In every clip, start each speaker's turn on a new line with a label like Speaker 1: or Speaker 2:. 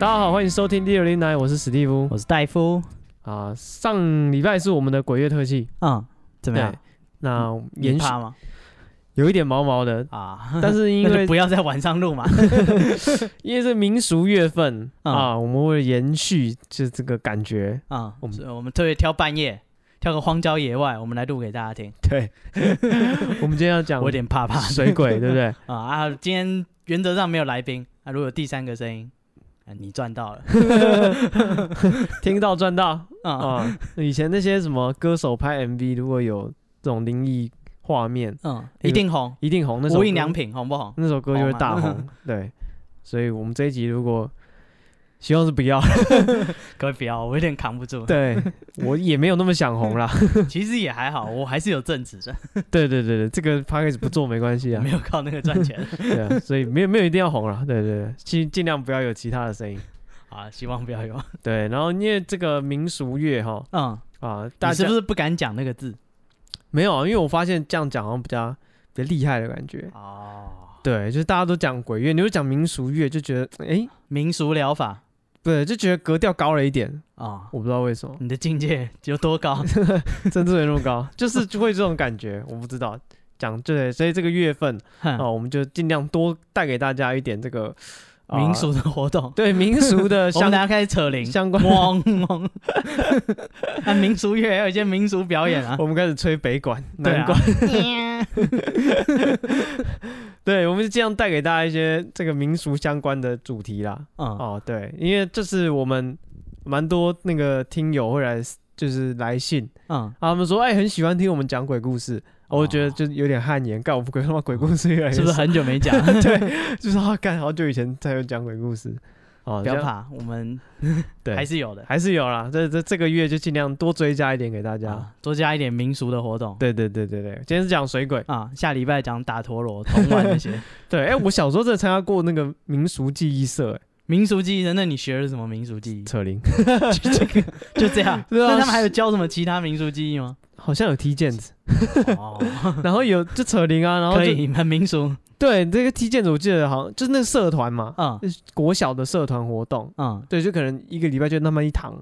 Speaker 1: 欢迎收听第六零来，我是史蒂夫
Speaker 2: 我是戴夫，
Speaker 1: 啊。上礼拜是我们的鬼月特辑，
Speaker 2: 嗯，怎么样
Speaker 1: 对？，那
Speaker 2: 嗯你
Speaker 1: 延续
Speaker 2: 怕吗？
Speaker 1: 有一点毛毛 的，
Speaker 2: 啊，
Speaker 1: 但是因
Speaker 2: 那
Speaker 1: 为
Speaker 2: 就不要在晚上录 嘛。
Speaker 1: 因为是民俗月份
Speaker 2: 嗯
Speaker 1: 啊，我们为了延续就这个感觉，
Speaker 2: 啊，
Speaker 1: 我们
Speaker 2: 所以我们特别挑半夜，挑个荒郊野外，我们来录给大家听。
Speaker 1: 对，我们今天要讲
Speaker 2: 我有点 怕怕
Speaker 1: 水 鬼，对不对？
Speaker 2: 啊啊！今天原则上没有来宾啊，如果有第三个声音，啊，你赚到了
Speaker 1: 听到赚到
Speaker 2: 啊
Speaker 1: 啊！以前那些什么歌手拍 MV，如果有这种灵异画面，
Speaker 2: 嗯，
Speaker 1: 那个
Speaker 2: 一定红，
Speaker 1: 一定红。那首
Speaker 2: 无印
Speaker 1: 歌
Speaker 2: 良品哦红不红？
Speaker 1: 那首歌就会大
Speaker 2: 红
Speaker 1: 红。 对，所以我们这一集如果希望是不要，
Speaker 2: 哦各位不要，我有点扛不住。
Speaker 1: 对我也没有那么想红啦。
Speaker 2: 其实也还好，我还是有正职 的，
Speaker 1: 对对对对，这个 p a c k a g e 不做没关系啊
Speaker 2: 没，有靠那个赚钱
Speaker 1: 对啊，所以没有没有一定要红啦。对对对，尽尽量不要有其他的声音。
Speaker 2: 啊。希望不要 有。
Speaker 1: 对，然后因为这个民俗乐哈
Speaker 2: 嗯，
Speaker 1: 啊，
Speaker 2: 你
Speaker 1: 大
Speaker 2: 是
Speaker 1: 家
Speaker 2: 不是不敢讲那个字？
Speaker 1: 没有啊，因为我发现这样讲好像比较比较厉害的感觉。
Speaker 2: 哦，
Speaker 1: 对，就是大家都讲鬼乐，你就讲民俗乐，就觉得诶，
Speaker 2: 民俗疗法
Speaker 1: 不对，就觉得格调高了一点，
Speaker 2: 啊，
Speaker 1: 我不知道为什么。
Speaker 2: 你的境界有多高？
Speaker 1: 真的没那么高，就是就会这种感觉，我不知道。讲对，所以这个月份
Speaker 2: 哼
Speaker 1: 啊、我们就尽量多带给大家一点这个、啊
Speaker 2: 民俗的活动。
Speaker 1: 对民俗的
Speaker 2: 我们
Speaker 1: 相
Speaker 2: 等下开始扯铃，
Speaker 1: 相关。
Speaker 2: 嗡嗡。 那民俗乐还有一些民俗表 演啊，
Speaker 1: 我们开始吹北管、
Speaker 2: 对
Speaker 1: 南
Speaker 2: 啊
Speaker 1: 管， 对,、，我们就尽量带给大家一些这个民俗相关的主题啦。
Speaker 2: 嗯，
Speaker 1: 哦，对，因为这是我们蛮多那个听友会来，就是来信，
Speaker 2: 嗯，
Speaker 1: 啊他们说哎、很喜欢听我们讲鬼故事，啊我觉得
Speaker 2: 哦
Speaker 1: 就有点汗颜，干我们鬼他妈鬼故事越来 越
Speaker 2: 是不是
Speaker 1: 少
Speaker 2: 很久没讲？
Speaker 1: 对，就是他干好久以前才有讲鬼故事，哦，
Speaker 2: 不
Speaker 1: 这
Speaker 2: 要
Speaker 1: 样，
Speaker 2: 怕，我们
Speaker 1: 对，
Speaker 2: 还
Speaker 1: 还是
Speaker 2: 是有的。
Speaker 1: 还是有啦，这这这个月就尽量多追加一点给大家。
Speaker 2: 啊，多加一点民俗的活动
Speaker 1: 对对对对对，今天是讲水鬼。
Speaker 2: 啊，下礼拜讲打陀螺、铜碗那 些
Speaker 1: 对，哎、我小时候真的参加过那个民俗记忆社、哎，
Speaker 2: 民俗记忆的。那你学了什么民俗 记忆？
Speaker 1: 扯铃，
Speaker 2: 就这个就这样。
Speaker 1: 对啊
Speaker 2: 那他们还有教什么其他民俗记忆 吗？
Speaker 1: 好像有踢毽 子，
Speaker 2: 哦，
Speaker 1: 然后有就扯铃啊，然后
Speaker 2: 可
Speaker 1: 就
Speaker 2: 以，很民俗。
Speaker 1: 对这个踢毽子，我记得好像就是那个社团嘛，
Speaker 2: 嗯
Speaker 1: 国小的社团活动，
Speaker 2: 嗯，
Speaker 1: 对，就可能一个礼拜就那么一堂，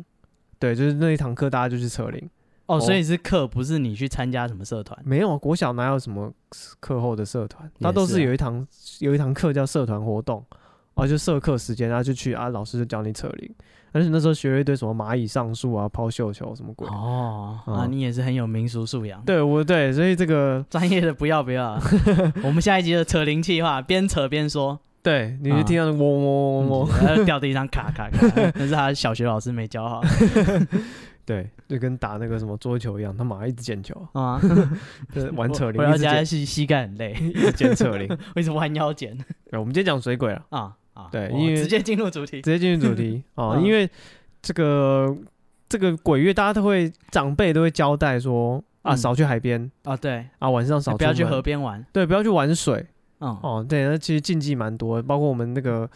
Speaker 1: 对，就是那一堂课大家就去扯铃。
Speaker 2: 哦，所以是课，不是你去参加什么社团。
Speaker 1: 没有，啊国小哪有什么课后的社团？
Speaker 2: 也
Speaker 1: 他都
Speaker 2: 是
Speaker 1: 是
Speaker 2: 啊
Speaker 1: 有一堂有一堂课叫社团活动，哦，就社课时间，然后就去啊，老师就教你扯铃，而且那时候学了一堆什么蚂蚁上树啊、抛绣球什么鬼。
Speaker 2: 哦，啊，
Speaker 1: 嗯
Speaker 2: 你也是很有民俗素养。
Speaker 1: 对，我对，所以这个
Speaker 2: 专业的不要 不要，啊我们下一集的扯铃气话，边扯边说，
Speaker 1: 对，你
Speaker 2: 啊
Speaker 1: 就听到嗡嗡嗡嗡，嗡，
Speaker 2: 然后掉地上咔咔咔， 那是他小学老师没 教好
Speaker 1: 对，就跟打那个什么桌球一样，他马上一直捡球，
Speaker 2: 啊。
Speaker 1: 就是玩扯
Speaker 2: 我
Speaker 1: 铃，
Speaker 2: 到
Speaker 1: 一直
Speaker 2: 家
Speaker 1: 捡
Speaker 2: 是膝盖很累，
Speaker 1: 一直捡扯铃。
Speaker 2: 我一直弯腰捡
Speaker 1: 对我们今天讲水鬼了，
Speaker 2: 啊啊。
Speaker 1: 对
Speaker 2: 哇
Speaker 1: 因为
Speaker 2: 直接进入主题
Speaker 1: 直接进入主 题哦，
Speaker 2: 嗯
Speaker 1: 因为这个这个鬼月，大家都会长辈都会交代说啊，
Speaker 2: 嗯
Speaker 1: 少去海边
Speaker 2: 啊，对，
Speaker 1: 啊，晚上少
Speaker 2: 不要
Speaker 1: 出
Speaker 2: 去
Speaker 1: 门
Speaker 2: 河，边玩。
Speaker 1: 对，不要去玩水
Speaker 2: 嗯
Speaker 1: 哦，对，那其实禁忌蛮多的，包括我们那个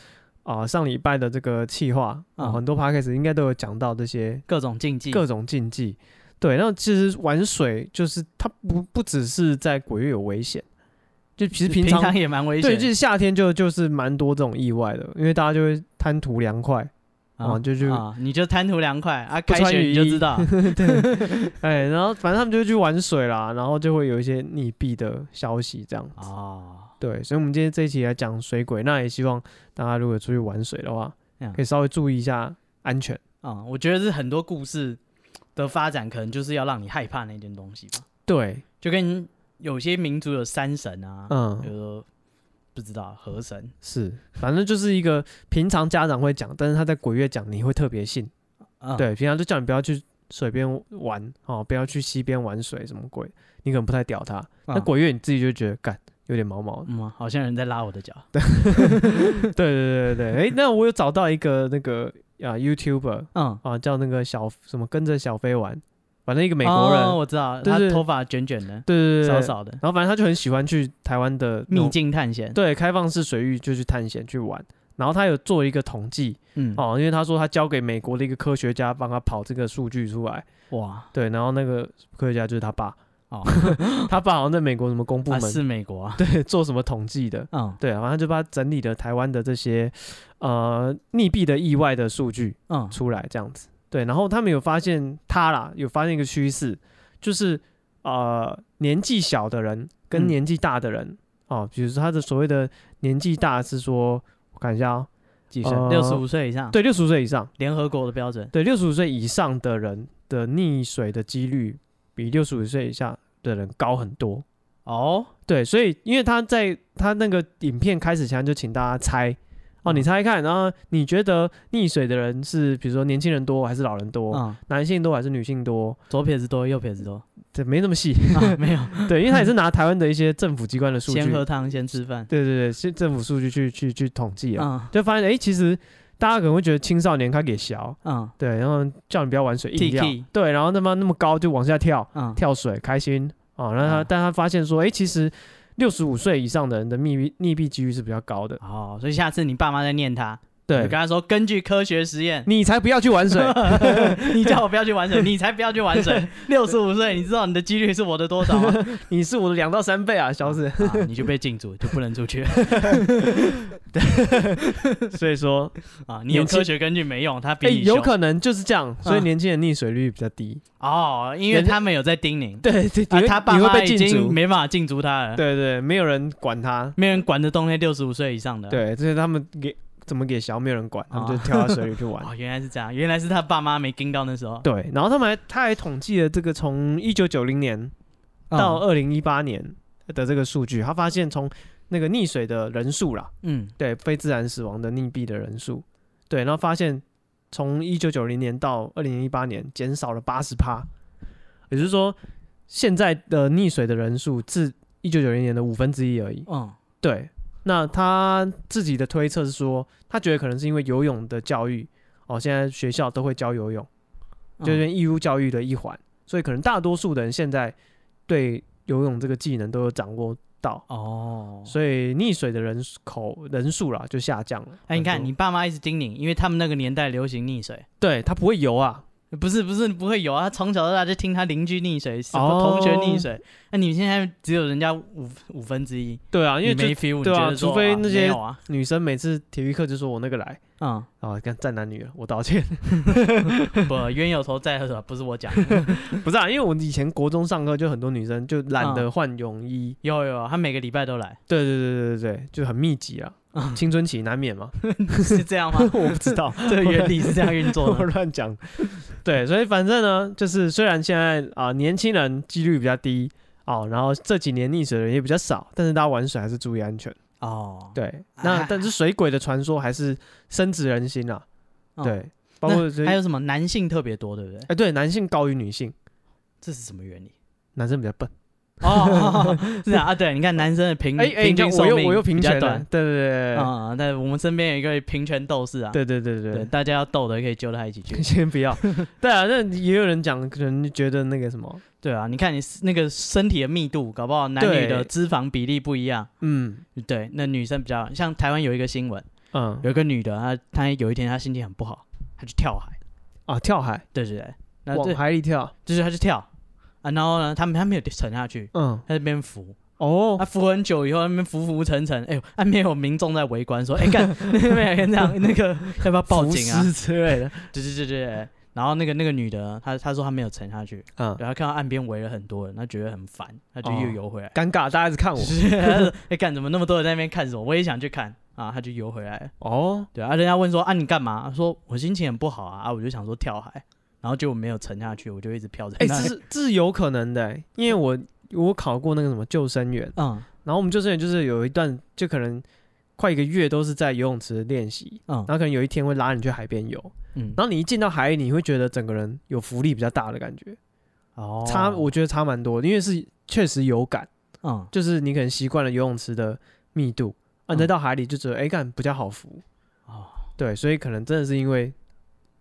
Speaker 1: 啊、上礼拜的这个气话、啊，
Speaker 2: 嗯
Speaker 1: 很多 p a c a s t 应该都有讲到这些
Speaker 2: 各种禁忌，
Speaker 1: 各种禁忌。对，那其实玩水就是它不不只是在鬼月有危险，就其实平
Speaker 2: 平
Speaker 1: 常
Speaker 2: 也蛮危险
Speaker 1: 对，
Speaker 2: 的。
Speaker 1: 就是夏天就就是蛮多这种意外的，因为大家就会贪图凉快。哦就就
Speaker 2: 啊，你就贪图凉快啊，
Speaker 1: 不
Speaker 2: 开
Speaker 1: 穿
Speaker 2: 学
Speaker 1: 雨
Speaker 2: 你就
Speaker 1: 衣
Speaker 2: 知 道
Speaker 1: 哎，然后反正他们就去玩水啦，然后就会有一些溺毙的消息这样子。
Speaker 2: 哦。
Speaker 1: 对，所以我们今天这一期来讲水鬼，那也希望大家如果出去玩水的话
Speaker 2: 嗯，
Speaker 1: 可以稍微注意一下安全。
Speaker 2: 啊，我觉得是很多故事的发展，可能就是要让你害怕那件东西吧。
Speaker 1: 对，
Speaker 2: 就跟有些民族有山神啊，比
Speaker 1: 嗯，
Speaker 2: 如说不知道河神
Speaker 1: 是，反正就是一个平常家长会讲，但是他在鬼月讲，你会特别信。
Speaker 2: 啊，
Speaker 1: 对，平常就叫你不要去水边玩哦，不要去溪边玩水什么鬼，你可能不太屌他。那
Speaker 2: 嗯
Speaker 1: 鬼月你自己就觉得干有点毛毛 的。
Speaker 2: 嗯，好像有人在拉我的脚，
Speaker 1: 对对对对对，哎，那我有找到一个那个啊 YouTuber，
Speaker 2: 嗯，
Speaker 1: 啊，叫那个小什么跟着小飞玩，反正一个美国人，
Speaker 2: 哦我知道，
Speaker 1: 对
Speaker 2: 他
Speaker 1: 对
Speaker 2: 头发卷卷的，
Speaker 1: 对对对，
Speaker 2: 少
Speaker 1: 对。
Speaker 2: 少的，
Speaker 1: 然后反正他就很喜欢去台湾的那
Speaker 2: 秘
Speaker 1: 种，
Speaker 2: 境探险，
Speaker 1: 对，开放式水域就去探险去玩。然后他有做一个统计
Speaker 2: 嗯，
Speaker 1: 哦，因为他说他交给美国的一个科学家帮他跑这个数据出来，
Speaker 2: 哇，
Speaker 1: 对，然后那个科学家就是他爸，
Speaker 2: 哦，
Speaker 1: 他爸好像在美国什么公部
Speaker 2: 啊
Speaker 1: 门、
Speaker 2: 是美国 啊，
Speaker 1: 对做什么统计的，
Speaker 2: 嗯
Speaker 1: 对，然后就把他整理了台湾的这些呃溺毙的意外的数据
Speaker 2: 嗯
Speaker 1: 出来，这样子。对，然后他们有发现他啦，有发现一个趋势，就是呃年纪小的人跟
Speaker 2: 嗯
Speaker 1: 年纪大的人哦、比如说他的所谓的年纪大是说，我看一下哦、
Speaker 2: 几岁？
Speaker 1: 呃
Speaker 2: 六十五岁以上，，
Speaker 1: 对，六十岁以上，
Speaker 2: 联合国的标准，
Speaker 1: 对，六十五岁以上的人的溺水的几率比六十五岁以下的人高很多。
Speaker 2: 哦，
Speaker 1: 对，所以因为他在他那个影片开始前就请大家猜哦，你
Speaker 2: 嗯
Speaker 1: 猜看，然后你觉得溺水的人是比如说年轻人多还是老人多，
Speaker 2: 嗯，
Speaker 1: 男性多还是女性多？
Speaker 2: 左撇子多，右撇子多，
Speaker 1: 这没那么细，
Speaker 2: 啊，没有，
Speaker 1: 对，因为他也是拿台湾的一些政府机关的数据，
Speaker 2: 先喝
Speaker 1: 对
Speaker 2: 汤先吃饭，
Speaker 1: 对对，是政府数据去去去统计啊，
Speaker 2: 嗯
Speaker 1: 就发现哎，诶其实大家可能会觉得青少年他给小，
Speaker 2: 嗯
Speaker 1: 对，然后叫你不要玩水，硬掉
Speaker 2: Tiki，
Speaker 1: 对，然后那么那么高就往下跳，
Speaker 2: 嗯，
Speaker 1: 跳水开心啊、哦。那他、
Speaker 2: 啊
Speaker 1: 但他发现说，哎、其实六十五岁以上的人的溺毙溺毙几率是比较高的。
Speaker 2: 哦，所以下次你爸妈在念他，你
Speaker 1: 对
Speaker 2: 跟，他说根据科学实验。
Speaker 1: 你才不要去玩 水。
Speaker 2: 你叫我不要去玩水，你才不要去 玩水。六十五岁，你知道你的几率是我的多少吗？
Speaker 1: 你是我的两到三倍啊，小 子。
Speaker 2: 啊，你就被禁足，就不能 出去
Speaker 1: 所以说，
Speaker 2: 啊！你有
Speaker 1: 年轻
Speaker 2: 科学根据没用，他比
Speaker 1: 哎、
Speaker 2: 你
Speaker 1: 有
Speaker 2: 凶
Speaker 1: 可能就是这样，所以
Speaker 2: 啊
Speaker 1: 年轻人溺水率比较 低。
Speaker 2: 哦，因为他们有在叮咛，
Speaker 1: 对对，
Speaker 2: 啊
Speaker 1: 你会、
Speaker 2: 他爸
Speaker 1: 你会
Speaker 2: 妈
Speaker 1: 被
Speaker 2: 已
Speaker 1: 禁足
Speaker 2: 经。没啊办法禁足他了，，
Speaker 1: 对对，没有人管他。
Speaker 2: 没人管得动那六十五岁以上的。，
Speaker 1: 对，这是他们给怎么给小，没有人管，他们就
Speaker 2: 啊
Speaker 1: 跳到水里去玩。
Speaker 2: 哦，原来是这样，原来是他爸妈没盯到那时候。
Speaker 1: 对，然后他们还他还统计了这个从一九九零年到
Speaker 2: 嗯
Speaker 1: 二零一八年的这个数据，他发现从那个溺水的人数啦，
Speaker 2: 嗯，
Speaker 1: 对，非自然死亡的溺毙的人数，对，然后发现从一九九零年到二零一八年减少了八十趴，也就是说，现在的溺水的人数自一九九零年的五分之一而已。
Speaker 2: 嗯，
Speaker 1: 对，那他自己的推测是说，他觉得可能是因为游泳的教育哦，现在学校都会教游泳。
Speaker 2: 嗯
Speaker 1: 就是义务教育的一环，所以可能大多数的人现在对游泳这个技能都有掌握到，
Speaker 2: 哦，
Speaker 1: 所以溺水的人口人数啦就下降了。
Speaker 2: 哎，你看
Speaker 1: 很
Speaker 2: 你
Speaker 1: 多
Speaker 2: 爸妈一直叮咛，因为他们那个年代流行溺水。
Speaker 1: 对他不会游啊，
Speaker 2: 不是不是不会有啊，他从小到大就听他邻居溺水，什么
Speaker 1: 哦
Speaker 2: 同学溺水，那、你现在只有人家五五分之一，
Speaker 1: 对啊，因为
Speaker 2: 你没
Speaker 1: 就
Speaker 2: feel，你
Speaker 1: 对啊
Speaker 2: 觉得说
Speaker 1: 除非那些
Speaker 2: 没有啊，
Speaker 1: 女生每次体育课就说我那个来
Speaker 2: 嗯，
Speaker 1: 啊，看站男女了，我道歉，
Speaker 2: 不冤有头债有主，不是我讲的，
Speaker 1: 不是啊，因为我以前国中上课就很多女生就懒
Speaker 2: 嗯
Speaker 1: 得换泳衣，
Speaker 2: 有有，他每个礼拜都 来，
Speaker 1: 对对对对对对，就很密集啊，
Speaker 2: 嗯
Speaker 1: 青春期难 免嘛，
Speaker 2: 是这 样吗？
Speaker 1: 我不知道，
Speaker 2: 这个原理是这样运作
Speaker 1: 我
Speaker 2: 的，
Speaker 1: 乱讲。哦对，所以反正呢，就是虽然现在啊、年轻人几率比较低哦，然后这几年溺水的人也比较少，但是大家玩水还是注意安全。
Speaker 2: 哦，
Speaker 1: 对，那、
Speaker 2: 啊
Speaker 1: 但是水鬼的传说还是深植人心啊。
Speaker 2: 嗯，
Speaker 1: 对，包
Speaker 2: 那
Speaker 1: 括这
Speaker 2: 还
Speaker 1: 哎、
Speaker 2: 有什么男性特别多，对不对？
Speaker 1: 对，男性高于女性，
Speaker 2: 这是什 么原理？
Speaker 1: 男生比较笨。
Speaker 2: 哦， 是啊，啊对，你看男生的平
Speaker 1: 哎哎、
Speaker 2: 平
Speaker 1: 你看
Speaker 2: 均寿
Speaker 1: 我又
Speaker 2: 命
Speaker 1: 我又平
Speaker 2: 比较
Speaker 1: 权
Speaker 2: 短
Speaker 1: 了，对对对对对
Speaker 2: 啊、嗯，但我们身边有一个平权斗士啊，
Speaker 1: 对对对对
Speaker 2: 对，
Speaker 1: 对。。
Speaker 2: 大家要斗的可以揪他一起去
Speaker 1: 先不要，对啊，那也有人讲，可能觉得那个什么，
Speaker 2: 对啊，你看你是那个身体的密度，搞不好男
Speaker 1: 对
Speaker 2: 女的脂肪比例不一样。
Speaker 1: 嗯
Speaker 2: 对，那女生比较像台湾有一个新闻，
Speaker 1: 嗯
Speaker 2: 有一个女的，她她有一天她心情很不好，她去跳海，
Speaker 1: 啊，跳海，
Speaker 2: 对对对，那
Speaker 1: 往
Speaker 2: 对
Speaker 1: 海里跳，
Speaker 2: 就是她去跳啊，然后呢，她她没有沉下去，
Speaker 1: 嗯，
Speaker 2: 她在那边浮，
Speaker 1: 哦
Speaker 2: 她，浮很久以后，那边浮浮沉沉，哎呦，那边有民众在围观说，哎干， 那边有人这样，那个要不要报警啊
Speaker 1: 浮？尸之类的，
Speaker 2: 对对对对对，然后那个那个女的，她她说她没有沉下去，
Speaker 1: 嗯，
Speaker 2: 然后看到岸边围了很多人，她觉得很烦，她就又
Speaker 1: 哦
Speaker 2: 游回来。
Speaker 1: 尴尬，大家一直看我
Speaker 2: 就。是 他说哎干、怎么那么多人在那边看着我？我也想去看啊，他就游回来了。
Speaker 1: 哦，
Speaker 2: 对啊，人家问说啊你干嘛？说我心情很不好啊，啊我就想说跳海，然后结果没有沉下去，我就一直飘在
Speaker 1: 哎、
Speaker 2: 那
Speaker 1: 这
Speaker 2: 里。
Speaker 1: 是这是有可能的欸、因为我我考过那个什么救生员，
Speaker 2: 嗯
Speaker 1: 然后我们救生员就是有一段就可能快一个月都是在游泳池练习，
Speaker 2: 嗯
Speaker 1: 然后可能有一天会拉你去海边游，
Speaker 2: 嗯，
Speaker 1: 然后你一进到海里，你会觉得整个人有浮力比较大的感觉，
Speaker 2: 哦
Speaker 1: 差我觉得差蛮多的，因为是确实有感，
Speaker 2: 嗯
Speaker 1: 就是你可能习惯了游泳池的密度，啊，你再
Speaker 2: 嗯
Speaker 1: 到海里就觉得哎干、比较好浮，
Speaker 2: 哦
Speaker 1: 对，所以可能真的是因为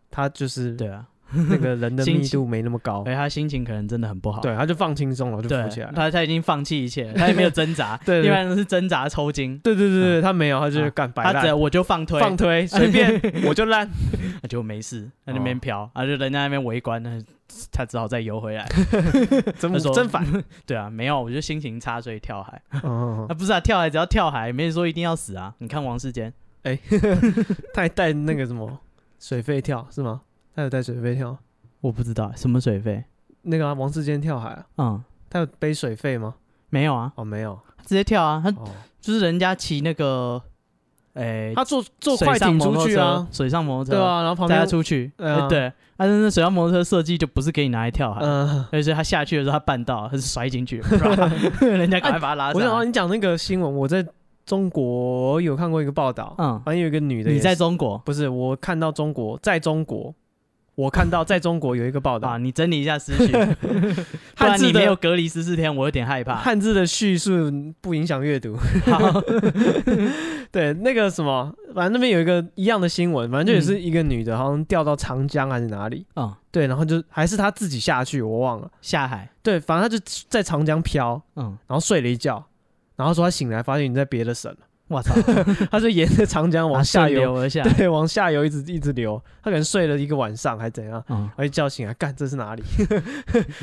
Speaker 1: 它就是
Speaker 2: 对啊，
Speaker 1: 那个人的
Speaker 2: 心
Speaker 1: 密
Speaker 2: 情
Speaker 1: 度没那么高，
Speaker 2: 哎，他心情可能真的很不好。
Speaker 1: 对，他就放轻松了，就
Speaker 2: 对
Speaker 1: 浮起来，了。
Speaker 2: 他他已经放弃一切了，他也没有挣扎，
Speaker 1: 对对
Speaker 2: 一般都是挣扎抽筋，
Speaker 1: 对对对对，他没有，他就是
Speaker 2: 啊
Speaker 1: 干摆
Speaker 2: 他只
Speaker 1: 烂，
Speaker 2: 我就放推，
Speaker 1: 嗯放推随 便，我就烂。
Speaker 2: 那就没事，在那
Speaker 1: 哦
Speaker 2: 边飘，啊，就人家那边围观，那他只好再 游回来。
Speaker 1: 真
Speaker 2: 他说
Speaker 1: 真反，
Speaker 2: 对啊，没有，我就心情差，所以跳海。
Speaker 1: 哦
Speaker 2: 啊，不是啊，跳海只要跳海，没说一定要死啊。你看王世坚，
Speaker 1: 他还带那个什么水肺跳是吗？他有带水肺跳，
Speaker 2: 我不知道什么水费，
Speaker 1: 那个啊王世坚跳海啊，
Speaker 2: 嗯，
Speaker 1: 他有背水肺吗？
Speaker 2: 没有啊，
Speaker 1: 哦，没有，
Speaker 2: 直接跳啊，他
Speaker 1: 哦，
Speaker 2: 就是人家骑那个，哎、
Speaker 1: 他坐坐
Speaker 2: 水
Speaker 1: 快
Speaker 2: 上
Speaker 1: 艇
Speaker 2: 摩
Speaker 1: 出
Speaker 2: 托
Speaker 1: 去啊
Speaker 2: 车，，水上摩托车，
Speaker 1: 对，啊，然后旁
Speaker 2: 带他
Speaker 1: 边，
Speaker 2: 出去，
Speaker 1: 对啊
Speaker 2: 哎对，但是那水上摩托车设计就不是给你拿来跳海。
Speaker 1: 嗯，
Speaker 2: 而且他下去的时候，他绊到，他是摔进 去，人家赶快把他拉
Speaker 1: 我
Speaker 2: 上
Speaker 1: 想哦
Speaker 2: 来。
Speaker 1: 到你讲那个新闻，我在中国有看过一个报道，
Speaker 2: 嗯，
Speaker 1: 反正有一个女的也
Speaker 2: 你
Speaker 1: 是，
Speaker 2: 在中国，
Speaker 1: 不是我看到中国，在中国，我看到在中国有一个报
Speaker 2: 啊，
Speaker 1: 道，
Speaker 2: 你整理一下思绪， 不
Speaker 1: 汉
Speaker 2: 然
Speaker 1: 字
Speaker 2: 你
Speaker 1: 的
Speaker 2: 没有隔离十四天，我有点害 怕。
Speaker 1: 汉字的叙述不影响阅 读。
Speaker 2: 好，
Speaker 1: 对，那个什么，反正那边有一个一样的新闻，反正就也是一个女的，好像掉到长江还是哪里，
Speaker 2: 嗯，
Speaker 1: 对，然后就还是她自己下去，我忘了。
Speaker 2: 下海，
Speaker 1: 对，反正她就在长江漂，
Speaker 2: 嗯，
Speaker 1: 然后睡了一觉，然后说她醒来发现你在别的省了，
Speaker 2: 我操，
Speaker 1: 她就沿着长江往 下
Speaker 2: 啊顺
Speaker 1: 游，
Speaker 2: 流而下，
Speaker 1: 对，往下游一直一直流，她可能睡了一个晚上还怎样，
Speaker 2: 嗯，
Speaker 1: 然后一觉醒来，干这是哪里？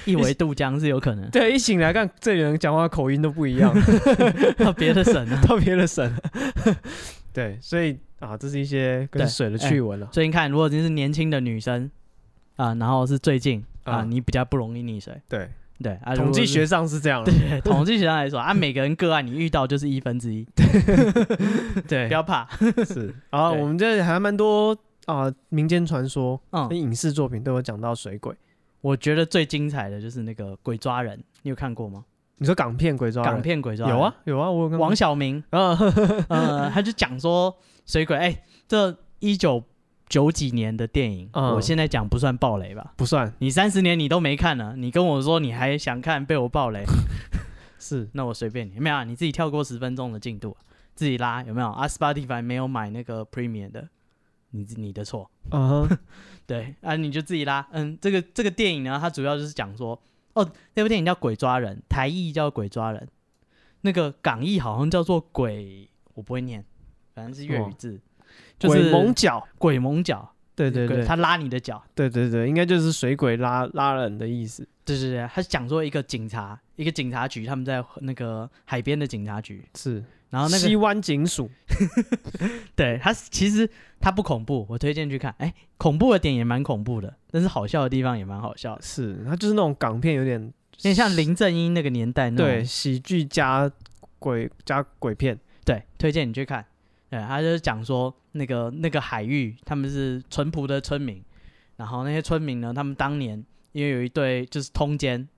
Speaker 2: 一为渡江是有可 能
Speaker 1: 对，一醒来看这里人讲话口音都不一 样，
Speaker 2: 到别的省啊呢。
Speaker 1: 到别的省了。 对，所以啊，这是一些跟
Speaker 2: 对
Speaker 1: 水的
Speaker 2: 哎
Speaker 1: 趣闻啊了。
Speaker 2: 所以你看，如果你是年轻的女生啊，然后是最近啊，
Speaker 1: 啊
Speaker 2: 你比较不容易溺水，
Speaker 1: 对，
Speaker 2: 对啊，如
Speaker 1: 统
Speaker 2: 果
Speaker 1: 计
Speaker 2: 是
Speaker 1: 学上是这样了。啊
Speaker 2: 对统计学上来说啊，每个人个案你遇到就是一分之一，
Speaker 1: 对
Speaker 2: 不，要怕，
Speaker 1: 是。啊，
Speaker 2: 对
Speaker 1: 我们这还蛮多啊，民间传说、跟
Speaker 2: 嗯，
Speaker 1: 影视作品都有讲到水鬼。
Speaker 2: 我觉得最精彩的就是那个鬼抓人，你有看过吗？
Speaker 1: 你说港片鬼抓人
Speaker 2: 港片鬼抓人
Speaker 1: 有啊，有啊，我有看过
Speaker 2: 王 晓明，
Speaker 1: 啊，
Speaker 2: 呃，他就讲说水鬼，哎、这一九九几年的电影，
Speaker 1: 嗯
Speaker 2: 我现在讲不算暴雷吧？
Speaker 1: 不算
Speaker 2: 你三十年你都没看呢，你跟我说你还想看被我暴雷，
Speaker 1: 是
Speaker 2: 那我随便你，没有、啊，你自己跳过十分钟的进度，啊自己拉有没有？啊，Spotify 没有买那个 Premium 的，你自你的错，
Speaker 1: 啊 哈，
Speaker 2: 对啊，你就自己拉。嗯，这个这个电影呢，它主要就是讲说，哦，那部电影叫《鬼抓人》，台译叫《鬼抓人》，那个港译好像叫做《鬼》，我不会念，反正是粤语
Speaker 1: 哦
Speaker 2: 字，就是
Speaker 1: 鬼蒙脚。
Speaker 2: 鬼蒙脚，
Speaker 1: 对对
Speaker 2: 鬼
Speaker 1: 对，
Speaker 2: 他拉你的脚，
Speaker 1: 对对对，应该就是水鬼拉拉人的意思。
Speaker 2: 对对对，他讲说一个警察，一个警察局，他们在那个海边的警察局，
Speaker 1: 是，
Speaker 2: 然后那
Speaker 1: 西
Speaker 2: 个
Speaker 1: 湾警署
Speaker 2: 对他其实他不恐怖，我推荐去看，哎，恐怖的点也蛮恐怖的，但是好笑的地方也蛮好笑的，
Speaker 1: 是，它就是那种港片有点
Speaker 2: 有点像林正英那个年代那种
Speaker 1: 对，喜剧加鬼加鬼片，
Speaker 2: 对，推荐你去看。对，他就是讲说那个那个海域，他们是淳朴的村民，然后那些村民呢，他们当年因为有一对就是通奸，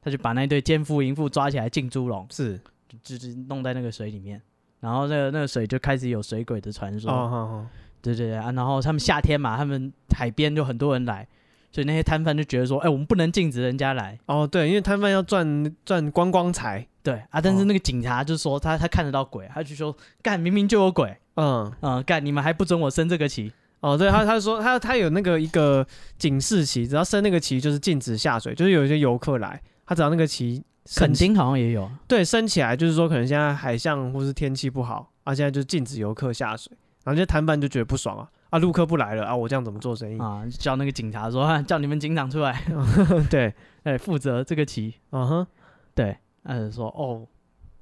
Speaker 2: 他就把那对奸夫淫妇抓起来浸猪笼，
Speaker 1: 是
Speaker 2: 就就是弄在那个水里面，然后那个那个水就开始有水鬼的传说。
Speaker 1: 哦，好好，
Speaker 2: 对对对啊，然后他们夏天嘛，他们海边就很多人来，所以那些摊贩就觉得说，哎、我们不能禁止人家来。
Speaker 1: 哦，对，因为摊贩要赚赚观光财，
Speaker 2: 对啊，
Speaker 1: 哦
Speaker 2: 但是那个警察就说他他看得到鬼，他就说干明明就有鬼，
Speaker 1: 嗯，
Speaker 2: 嗯、干你们还不准我升这个旗，
Speaker 1: 哦，对他他说他他有那个一个警示旗，只要升那个旗就是禁止下水，就是有一些游客来，他只要那个旗
Speaker 2: 肯
Speaker 1: 升起
Speaker 2: 定好像也有，
Speaker 1: 对升起来，就是说可能现在海象或是天气不好，啊，现在就禁止游客下水，然后这些摊贩就觉得不爽啊，啊，陆客不来了啊，我这样怎么做生意？
Speaker 2: 啊，叫那个警察说，啊、叫你们警长出来，
Speaker 1: 对，
Speaker 2: 哎，负责这个棋。
Speaker 1: 嗯哼，
Speaker 2: 对，他就说，哦，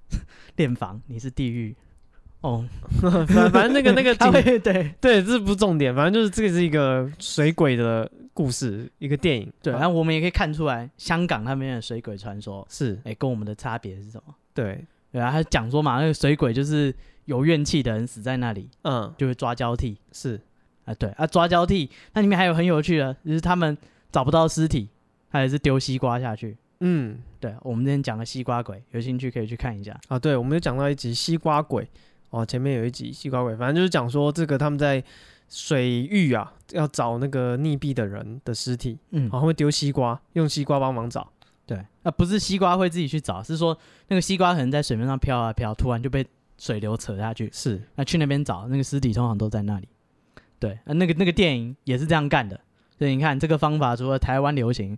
Speaker 2: 练房你是地狱，哦，
Speaker 1: 反反正那个那个
Speaker 2: 他
Speaker 1: 警啊
Speaker 2: 会对
Speaker 1: 对，这不是重点，反正就是这个是一个水鬼的故事，一个电影。
Speaker 2: 对，然
Speaker 1: 啊
Speaker 2: 后我们也可以看出来，香港那边的水鬼传说，
Speaker 1: 是，
Speaker 2: 哎，跟我们的差别是什么？
Speaker 1: 对，
Speaker 2: 对啊，他讲说嘛，那个水鬼就是有怨气的人死在那里，
Speaker 1: 嗯，
Speaker 2: 就会抓交替
Speaker 1: 是，
Speaker 2: 啊，对啊，抓交替，那里面还有很有趣的，就是他们找不到尸体，他也是丢西瓜下去。
Speaker 1: 嗯，
Speaker 2: 对，我们之前讲的西瓜鬼，有兴趣可以去看一下。
Speaker 1: 啊，对，我们有讲到一集西瓜鬼，哦，前面有一集西瓜鬼，反正就是讲说这个他们在水域啊，要找那个溺毙的人的尸体，
Speaker 2: 嗯
Speaker 1: 然，后会丢西瓜，用西瓜帮忙找。
Speaker 2: 对，啊，不是西瓜会自己去找，是说那个西瓜可能在水面上飘啊飘，突然就被水流扯下去，
Speaker 1: 是，
Speaker 2: 呃那去那边找，那个尸体通常都在那里。对，啊，那个那个电影也是这样干的，所以你看这个方法，除了台湾流行，